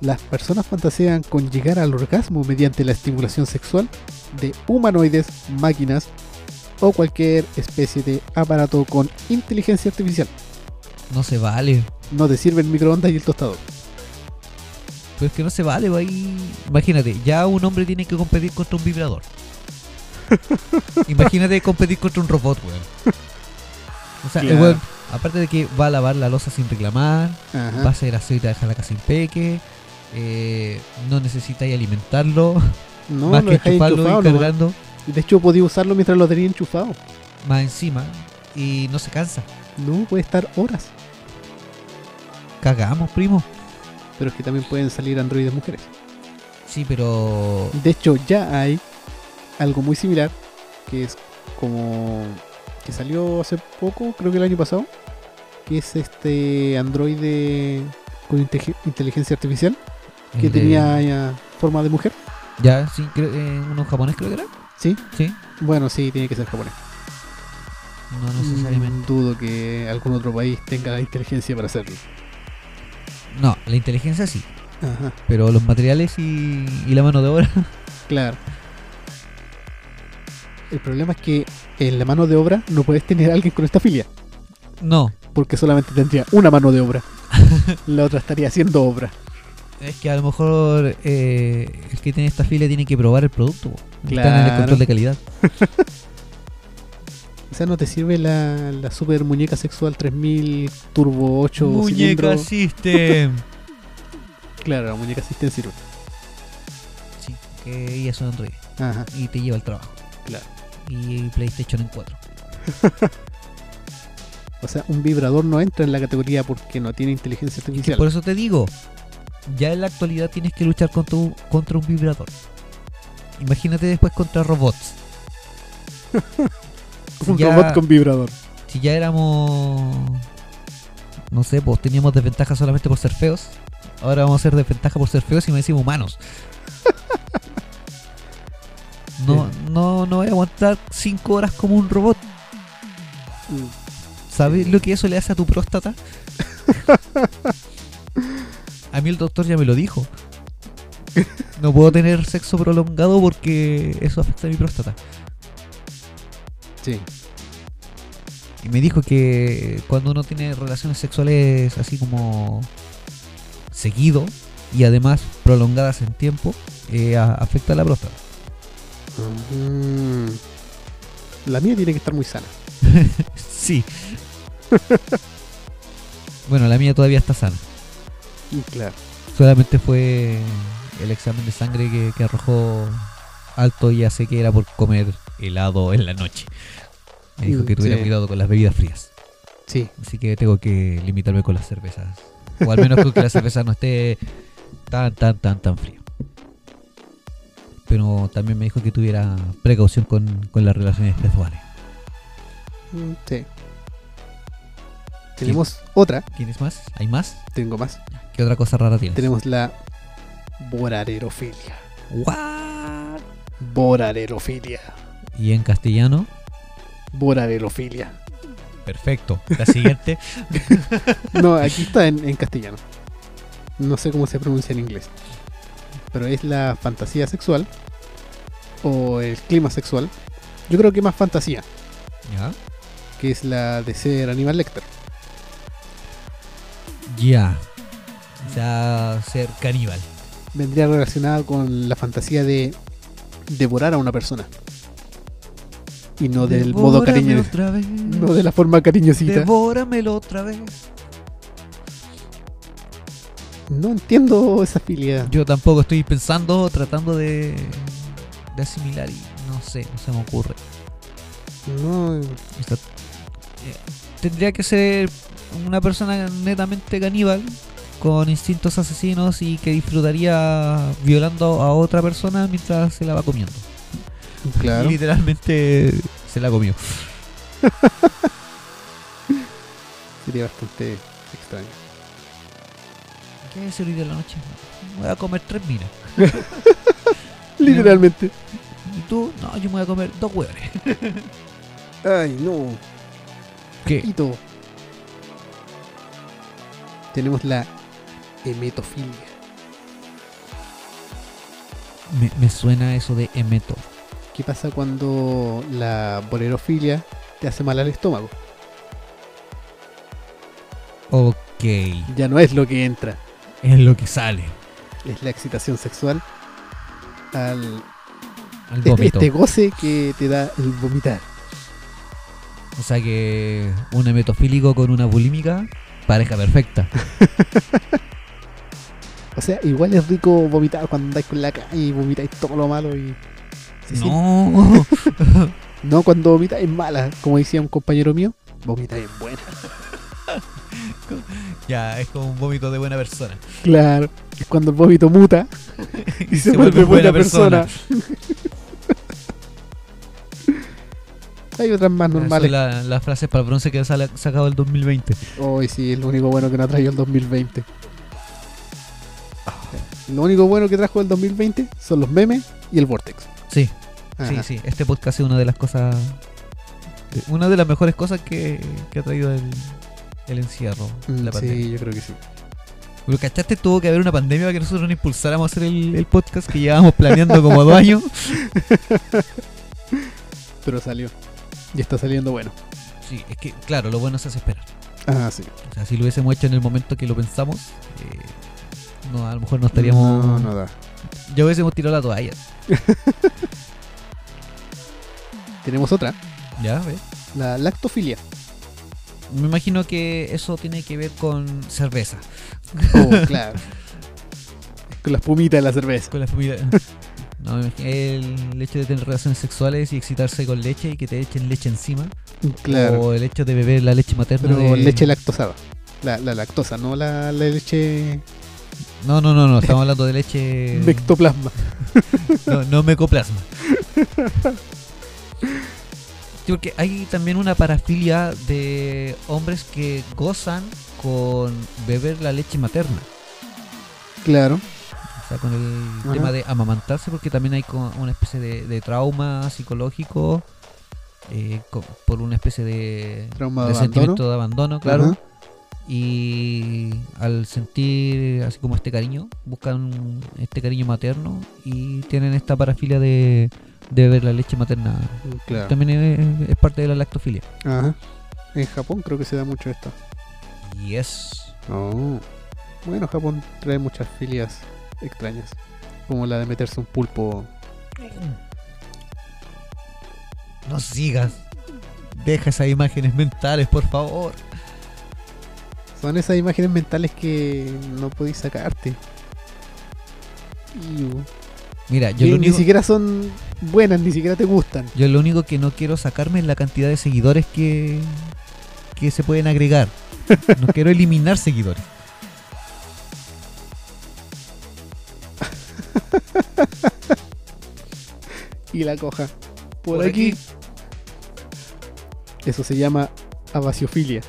Las personas fantasean con llegar al orgasmo mediante la estimulación sexual de humanoides, máquinas o cualquier especie de aparato con inteligencia artificial.
No se vale.
No te sirve el microondas y el tostador.
Pero Pues es que no se vale, va ahí. Imagínate, ya un hombre tiene que competir contra un vibrador. Imagínate competir contra un robot, weón. O sea, el
Claro.
weón, aparte de que va a lavar la losa sin reclamar,
Ajá.
va a hacer aseo y te va a dejar la casa impeque, eh, no necesitáis alimentarlo,
no,
más
lo
que
dejáis
chuparlo
enchufado.
y
nomás.
cargando,
De hecho, podía usarlo mientras lo tenía enchufado.
más encima, y no se cansa.
No, puede estar horas.
Cagamos, primo.
Pero es que también pueden salir androides mujeres.
Sí, pero
De hecho, ya hay algo muy similar que es como que salió hace poco, creo que el año pasado, que es este androide con inte- inteligencia artificial que
el de-
tenía ya forma de mujer.
eh, ya, sí, creo, eh, uno japonés creo que era.
Sí,
Sí,
bueno, sí, tiene que ser japonés.
no necesariamente.
Mm, Dudo que algún otro país tenga la inteligencia para hacerlo.
No, la inteligencia sí,
Ajá,
pero los materiales y, y la mano de obra.
claro. El problema es que en la mano de obra no puedes tener a alguien con esta filia.
No,
porque solamente tendría una mano de obra. La otra estaría haciendo obra.
es que a lo mejor eh, el que tiene esta fila tiene que probar el producto. Están en el
Claro.
control de calidad.
O sea, no te sirve la, la super muñeca sexual 3000 Turbo 8 cilindro.
System.
Claro, la muñeca System sirve.
sí, que ella es un Android
Ajá.
y te lleva al trabajo.
Claro.
Y PlayStation en 4.
O sea, un vibrador no entra en la categoría porque no tiene inteligencia artificial.
Por eso te digo, ya en la actualidad tienes que luchar contra un, contra un vibrador. Imagínate después contra robots.
un
ya-
robot con vibrador.
si ya éramos. No sé, pues teníamos desventaja solamente por ser feos. Ahora vamos a ser desventaja por ser feos y me decimos humanos. No, no, no voy a aguantar 5 horas como un robot.
Mm,
¿Sabes lo que eso le hace a tu próstata? A mí el doctor ya me lo dijo. No puedo tener sexo prolongado porque eso afecta a mi próstata.
Sí.
Y me dijo que cuando uno tiene relaciones sexuales así como seguido y además prolongadas en tiempo, eh, a- afecta a la próstata.
Mm. La mía tiene que estar muy sana.
sí. bueno, la mía todavía está sana.
Mm, Claro.
Solamente fue el examen de sangre que, que arrojó alto y ya sé que era por comer helado en la noche. Me dijo
Mm,
que tuviera
sí.
cuidado con las bebidas frías.
Sí.
Así que tengo que limitarme con las cervezas. O al menos con que la cerveza no esté tan, tan, tan, tan fría. Pero también me dijo que tuviera precaución con, con las relaciones sexuales.
Mm, Sí. Tenemos otra.
¿Tienes más? ¿Hay más?
Tengo más.
¿Qué otra cosa rara tienes?
Tenemos la borarerofilia.
¿What?
Borarerofilia.
Y en castellano,
Borarerofilia.
perfecto. La siguiente,
No, aquí está en, en castellano. No sé cómo se pronuncia en inglés. Pero es la fantasía sexual o el clima sexual. Yo creo que más fantasía,
Ya.
que es la de ser Aníbal Lecter.
Ya. O sea, ser caníbal.
Vendría relacionada con la fantasía de devorar a una persona. Y no del modo cariño,
otra vez.
no de la forma cariñosita.
Devóramelo otra vez.
No entiendo esa filia.
Yo tampoco estoy pensando, tratando de, de asimilar y no sé, no se me ocurre.
No,
Está- eh, tendría que ser una persona netamente caníbal, con instintos asesinos y que disfrutaría violando a otra persona mientras se la va comiendo.
claro.
Y literalmente se la comió.
Sería bastante extraño.
¿Qué es el hoy de la noche? Me voy a comer tres minas.
Literalmente.
¿Y tú? No, yo me voy a comer dos hueones.
Ay, no.
¿Qué?
Quito. Tenemos la emetofilia.
Me, me suena eso de emeto.
¿Qué pasa cuando la bolerofilia te hace mal al estómago?
Ok.
Ya no es lo que entra,
Es lo que sale.
es la excitación sexual al
Al
este,
vómito.
este goce que te da el vomitar.
O sea que un emetofílico con una bulímica, pareja perfecta.
O sea, igual es rico vomitar cuando andáis con la calle y vomitáis todo lo malo y. se siente-
No.
no, cuando vomitáis es mala, como decía un compañero mío, vomitáis es buena.
ya, es como un vómito de buena persona.
Claro, es cuando el vómito muta y se, vuelve, buena persona. Hay otras más normales.
Normales. Las frases para el bronce que sale- sacado el 2020.
Hoy sí, es lo único bueno que nos ha traído el 2020.
Ah.
Lo único bueno que trajo el 2020 son los memes y el Vortex.
Sí,
Ajá.
sí, sí. Este podcast es una de las cosas. de- Una de las mejores cosas que, que ha traído el, el encierro,
Mm,
la pandemia.
yo creo que sí.
Pero ¿cachaste? Tuvo que haber una pandemia para que nosotros no impulsáramos a hacer el, el podcast que llevábamos planeando como dos años.
Pero salió. Y está saliendo bueno.
Sí, es que, claro, lo bueno se hace esperar.
Ah, sí.
O sea, si lo hubiésemos hecho en el momento que lo pensamos, eh, no, a lo mejor no estaríamos.
No, no da.
Ya hubiésemos tirado la toalla.
Tenemos otra,
Ya, ¿ves?
la lactofilia.
Me imagino que eso tiene que ver con cerveza.
Oh, claro. Con las pumitas de la cerveza.
Con la familia. No, me imagino- el hecho de tener relaciones sexuales y excitarse con leche y que te echen leche encima.
Claro.
O el hecho de beber la leche materna.
Pero
de-
leche lactosada. La, la lactosa, no la, la leche
No, no, no, no. Estamos hablando de leche.
de ectoplasma.
No, no mecoplasma. Sí, porque hay también una parafilia de hombres que gozan con beber la leche materna.
Claro.
O sea, con el
Ajá.
tema de amamantarse, porque también hay co- una especie de, de trauma psicológico eh, co- por una especie de,
Trauma de
de
abandono.
sentimiento de abandono, claro.
Ajá.
Y al sentir así como este cariño, buscan este cariño materno y tienen esta parafilia de, de beber la leche materna.
Claro.
También es, es parte de la lactofilia.
Ajá. En Japón creo que se da mucho esto.
Y es.
Oh. Bueno, Japón trae muchas filias extrañas. Como la de meterse un pulpo.
No sigas. Deja esas imágenes mentales, por favor.
Son esas imágenes mentales que no podéis sacarte. Iu.
Mira, yo
Que
lo
ni
único,
siquiera son buenas, ni siquiera te gustan.
yo lo único que no quiero sacarme es la cantidad de seguidores que, que se pueden agregar. No quiero eliminar seguidores.
Y la coja. Por, aquí. Eso se llama abaciofilia.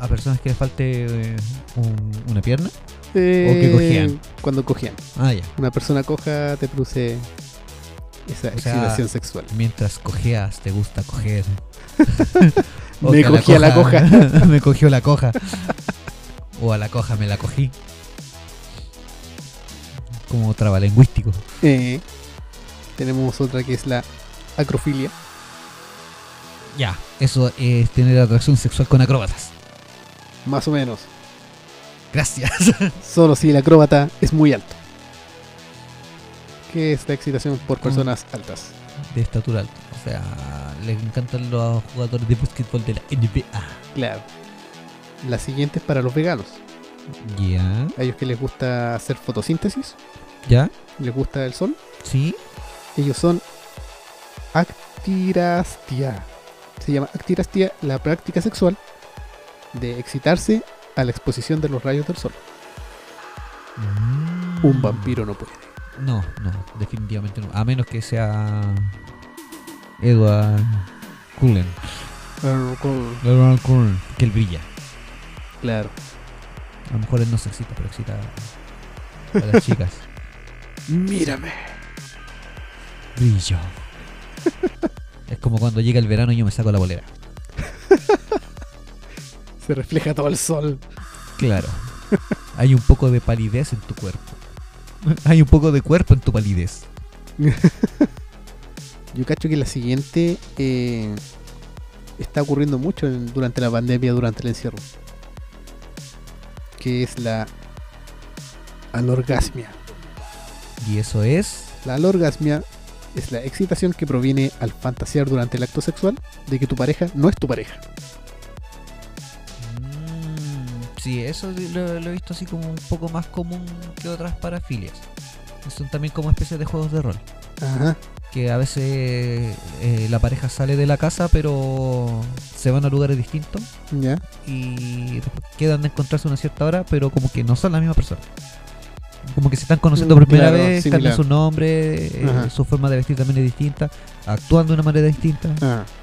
A personas que les falte eh, un- una pierna.
Eh,
cogían.
Cuando cogían.
Ah, ya.
Una persona coja te produce esa
O sea,
excitación sexual.
Mientras cojeas, te gusta coger. O
Me
que a
cogí a la coja.
me cogió la coja. O a la coja me la cogí. Como trabalengüístico.
Eh, Tenemos otra que es la acrofilia.
Ya, eso es tener atracción sexual con acróbatas.
Más o menos.
Gracias.
Solo si el acróbata es muy alto. Que es la excitación por personas altas.
De estatura alta. O sea, le encantan los jugadores de básquetbol de la NBA.
Claro. La siguiente es para los veganos.
Ya.
A ellos que les gusta hacer fotosíntesis,
¿Ya?
les gusta el sol.
¿Sí?
Ellos son actirastia. Se llama actirastia la práctica sexual de excitarse a la exposición de los rayos del sol.
Mm.
Un vampiro no puede.
No, no, definitivamente no. A menos que sea Edward Cullen. Edward Cullen. Que él brilla.
Claro.
A lo mejor él no se excita, pero excita a las chicas.
Mírame.
Brillo. es como cuando llega el verano y yo me saco la bolera.
Se refleja todo el sol.
Claro. Hay un poco de palidez en tu cuerpo. Hay un poco de cuerpo en tu palidez.
Yo cacho que la siguiente eh, está ocurriendo mucho en- durante la pandemia, durante el encierro. Que es la anorgasmia.
Y eso es.
La alorgasmia es la excitación que proviene al fantasear durante el acto sexual de que tu pareja no es tu pareja.
Mm, sí, eso sí lo, lo he visto así como un poco más común que otras parafilias. Son también como especies de juegos de rol.
Ajá.
Que a veces eh, la pareja sale de la casa, pero se van a lugares distintos.
Ya.
y después quedan de encontrarse a una cierta hora, pero como que no son la misma persona. Como que se están conociendo por primera
Claro,
vez,
similar.
cambian su nombre, eh,
Ajá.
su forma de vestir también es distinta, actúan de una manera distinta.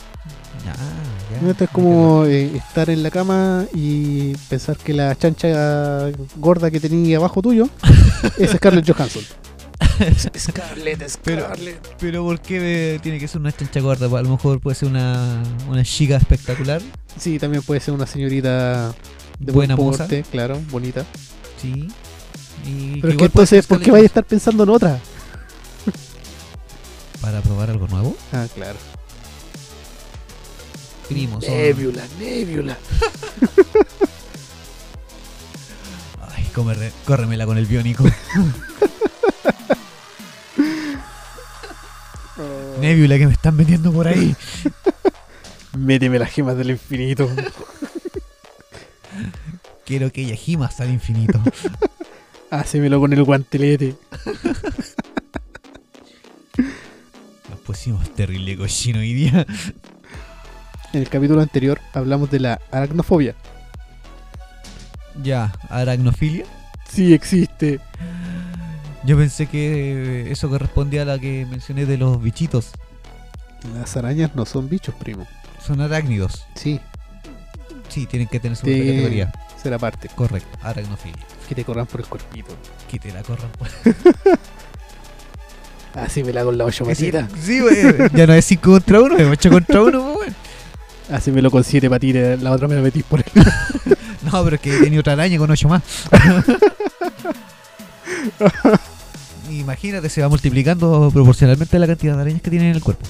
Ah.
Ah, ya.
Esto es como eh, estar en la cama y pensar que la chancha gorda que tenía abajo tuyo es Scarlett Johansson. Scarlett, Scarlett.
Pero ¿por qué eh, tiene que ser una chancha gorda? A lo mejor puede ser una, una chica espectacular.
Sí, también puede ser una señorita de
buena
buen
moza.
porte, claro, bonita.
Sí. Y
Pero es que
igual puede
entonces,
ser
¿por qué
Scarlett
vaya a estar pensando en otra?
Johansson. Para probar algo nuevo.
Ah, claro.
Primos. son-
Nebula, nebula.
Ay, comerre- córremela con el biónico. Nebula que me están vendiendo por ahí.
Méteme las gemas del infinito.
Quiero que ella gima hasta el infinito.
Hacemelo con el guantelete.
Nos pusimos terrible cochino hoy día.
En el capítulo anterior hablamos de la aracnofobia.
Ya, aracnofilia.
Sí existe.
Yo pensé que eh, eso correspondía a la que mencioné de los bichitos.
Las arañas no son bichos, primo.
Son arácnidos.
Sí,
Sí, tienen que tener su
Sí.
propia categoría.
será parte.
Correcto, aracnofilia.
Que te corran por el cuerpito.
Que te la corran. pues.
Hacemela con la ocho
Ese- Sí, güey. Ya no es 5 contra 1, es 8 contra pues, 1, güey.
Hacemelo con siete patitas. La otra me la metís por el.
No, pero es que tenía otra araña con 8 más. Imagínate, se va multiplicando proporcionalmente a la cantidad de arañas que tienen en el cuerpo.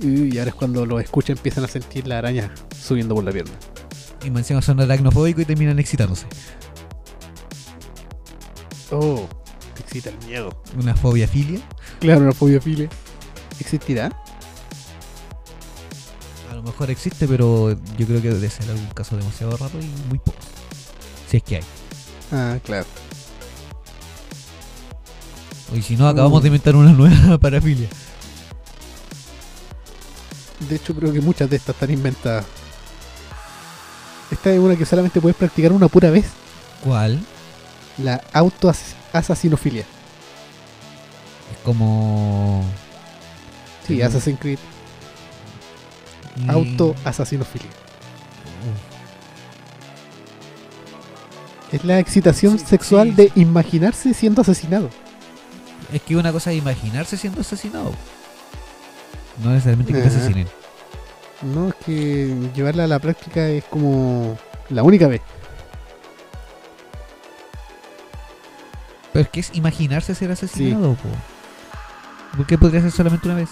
Y ahora es cuando los escucha empiezan a sentir la araña subiendo por la pierna.
Y me encima son aracnofóbicos y terminan excitándose.
Oh, te excita el miedo.
Una fobia filia.
Claro, una fobia file. ¿Existirá?
A lo mejor existe, pero yo creo que debe ser algún caso demasiado raro y muy pocos. Si es que hay.
Ah, claro.
Y si no, acabamos de inventar una nueva parafilia.
De hecho, creo que muchas de estas están inventadas. Esta es una que solamente puedes practicar una pura vez.
¿Cuál?
La autoasasinofilia.
Es como.
Sí,
Sí.
Assassin's Creed.
mm,
Autoasasinofilia.
uf,
Es la excitación
Sí,
sexual
sí.
de imaginarse siendo asesinado.
Es que una cosa es imaginarse siendo asesinado. No necesariamente que te
Ajá.
asesinen.
No, es que llevarla a la práctica es como la única vez.
Pero es que es imaginarse ser asesinado, po. ¿Por qué podría ser solamente una vez?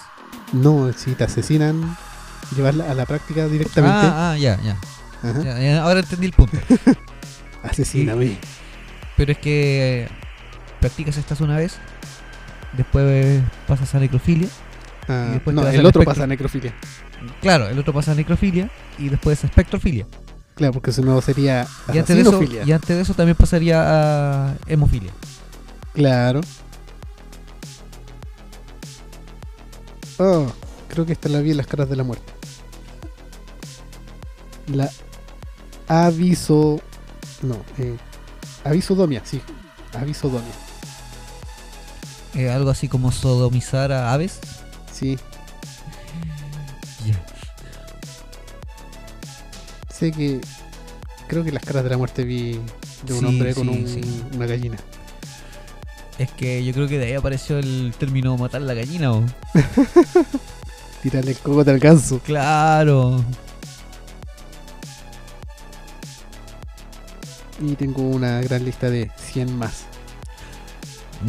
No, si te asesinan, llevarla a la práctica directamente.
Ah, ah, ya, ya,
Ajá.
ya, ya, Ahora entendí el punto.
Asesíname.
Pero es que eh, practicas estas una vez, después pasas a necrofilia.
Ah,
Y después te
no,
vas
el
al
otro
espectro.
pasa a necrofilia.
Claro, el otro pasa a necrofilia y después a espectrofilia.
Claro, porque si no sería
Y antes, de eso,
asesinofilia.
y antes de eso también pasaría a hemofilia.
Claro. Oh, creo que esta la vi en las caras de la muerte. La aviso. No, eh, avisodomia, sí. Avisodomia.
Eh, algo así como sodomizar a aves.
Sí,
Ya.
sé que. Creo que en las caras de la muerte vi de un
Sí,
hombre con
sí,
un-
sí.
una gallina.
Es que yo creo que de ahí apareció el término matar la gallina. ¿o?
Tirarle el coco al ganso.
Claro.
Y tengo una gran lista de 100 más.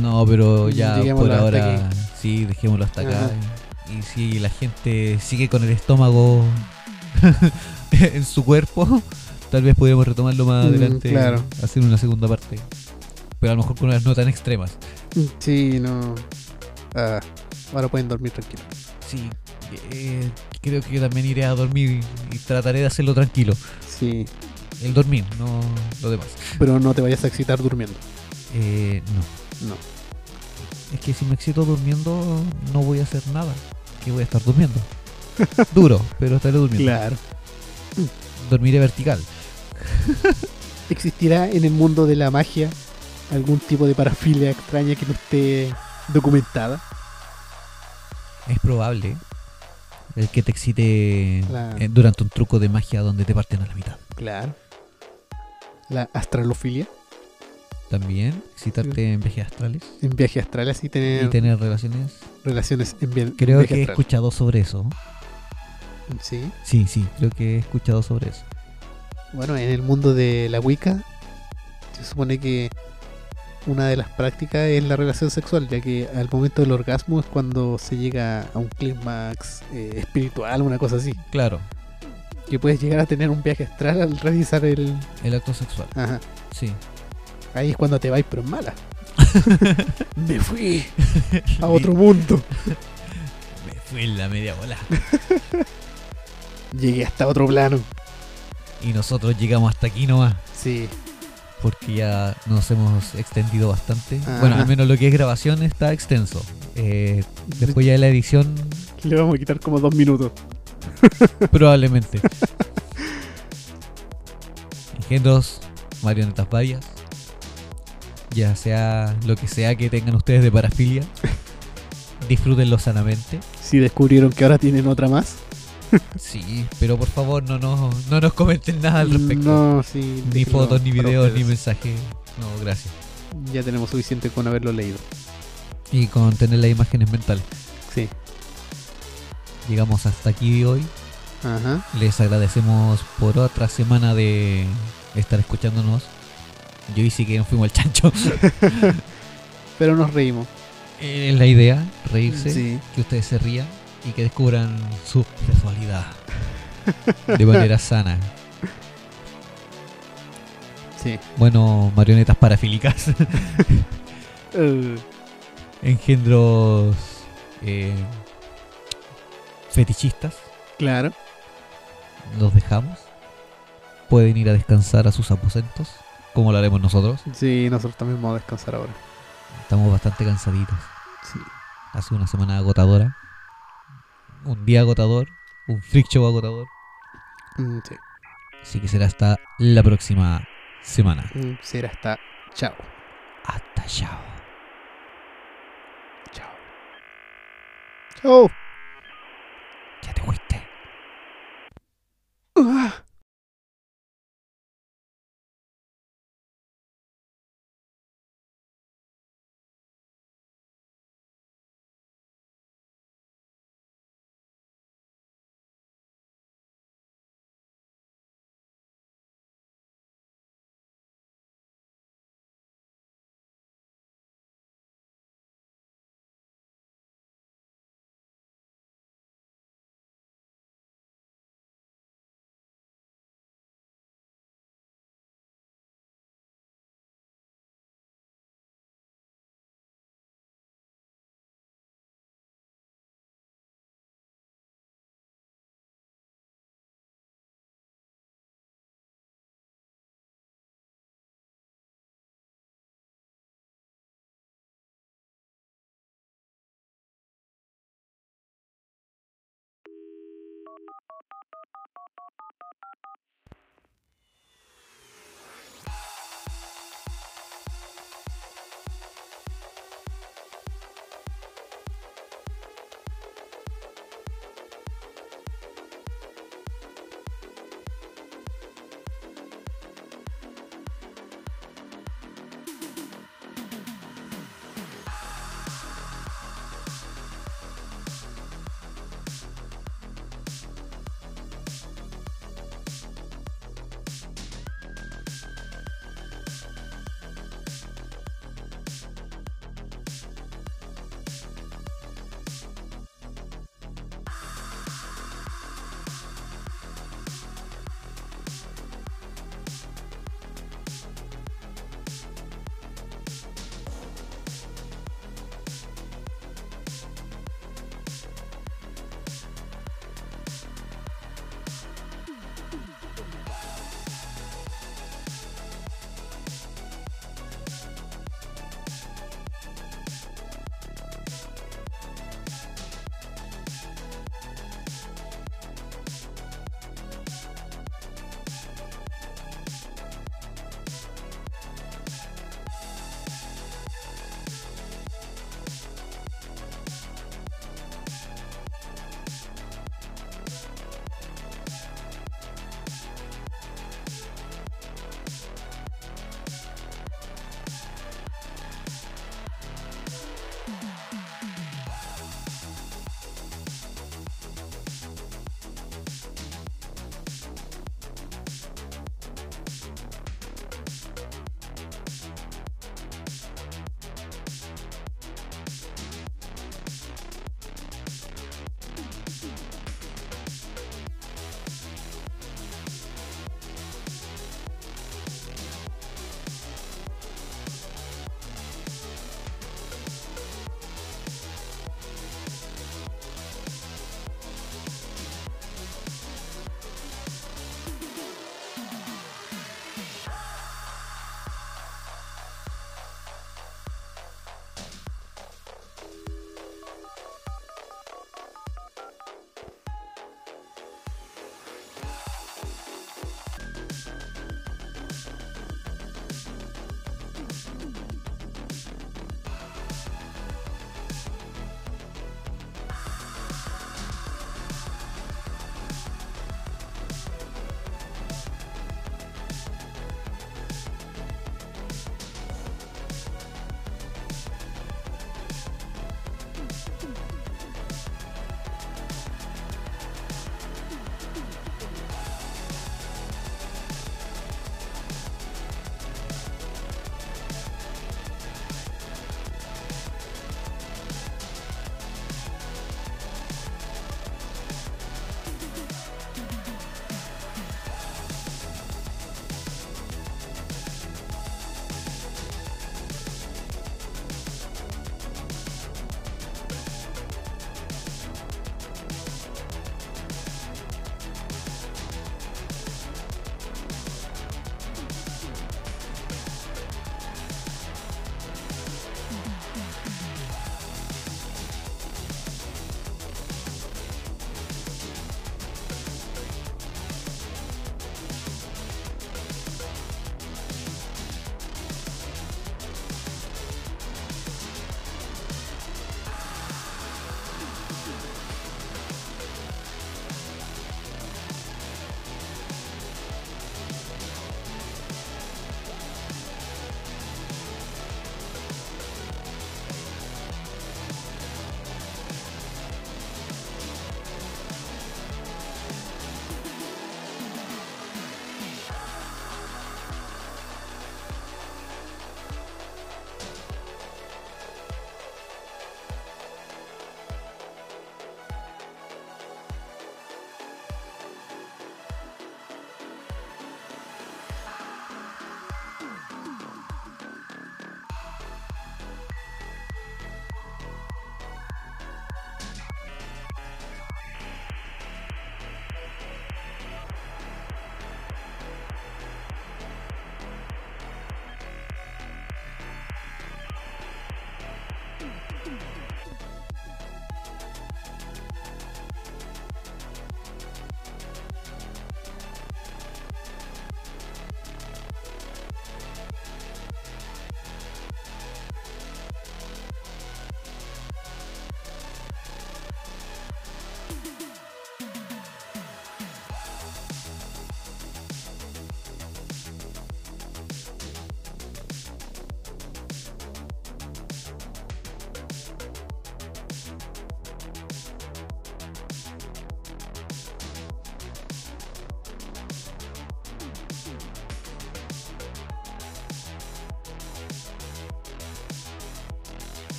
No, pero ya
Dejémoslo
por
hasta
ahora sí, dejémoslo hasta acá.
Ajá.
Y si la gente sigue con el estómago en su cuerpo, tal vez podríamos retomarlo más
Mm,
adelante,
claro.
hacer una segunda parte. Pero a lo mejor con unas no tan extremas.
Sí, no. Ah, ahora pueden dormir tranquilos.
Sí, eh, creo que yo también iré a dormir y trataré de hacerlo tranquilo.
Sí,
El dormir, no lo demás.
pero no te vayas a excitar durmiendo.
Eh, no.
No.
Es que si me excito durmiendo, no voy a hacer nada. Que voy a estar durmiendo. Duro, pero estaré durmiendo.
Claro.
Dormiré vertical.
¿Existirá en el mundo de la magia algún tipo de parafilia extraña que no esté documentada?
Es probable el que te excite
Claro.
eh, durante un truco de magia donde te parten a la mitad.
Claro. La astralofilia
También excitarte en viajes astrales
en viaje astral, así
y
tener
tener relaciones.
relaciones en vi-
Creo
viaje
que he
astral.
escuchado sobre eso.
Sí.
Sí, sí, creo que he escuchado sobre eso.
Bueno, en el mundo de la Wicca, se supone que una de las prácticas es la relación sexual, ya que al momento del orgasmo es cuando se llega a un clímax eh, espiritual, una cosa así.
Claro,
Que puedes llegar a tener un viaje astral al realizar el.
el acto sexual.
Ajá.
Sí.
Ahí es cuando te vais, pero en mala. Me fui a otro mundo.
Me fui en la media bola.
Llegué hasta otro plano.
Y nosotros llegamos hasta aquí nomás.
Sí,
porque ya nos hemos extendido bastante.
Ajá.
Bueno, al menos lo que es grabación está extenso. Eh, después ya de la edición,
le vamos a quitar como dos minutos.
probablemente. Engendros, marionetas varias. Ya sea lo que sea que tengan ustedes de parafilia. Disfrútenlo sanamente.
Si descubrieron que ahora tienen otra más.
Sí, pero por favor no nos, no nos comenten nada al respecto.
No, sí.
ni
déjenlo
fotos, ni
para
videos, ni
ustedes.
mensajes. No, gracias.
Ya tenemos suficiente con haberlo leído.
Y con tener las imágenes mentales.
Sí.
Llegamos hasta aquí hoy.
Ajá.
Les agradecemos por otra semana de estar escuchándonos. Yo hice que nos fuimos al chancho.
Pero nos reímos.
Eh, Es la idea, reírse,
Sí.
que ustedes se rían y que descubran su sexualidad de manera sana.
Sí.
Bueno, marionetas parafílicas,
Eh,
engendros eh, fetichistas,
claro.
los dejamos. Pueden ir a descansar a sus aposentos, como lo haremos nosotros.
Sí, nosotros también vamos a descansar ahora.
Estamos bastante cansaditos.
Sí.
Hace una semana agotadora. Un día agotador. Un freak show agotador.
Mm, sí.
Así que será hasta la próxima semana.
Mm, será hasta. Chao.
Hasta chao.
Chao. Chao.
Ya te fuiste.
Ah.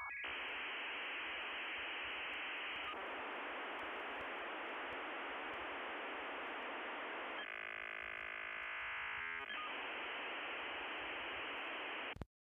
Chao.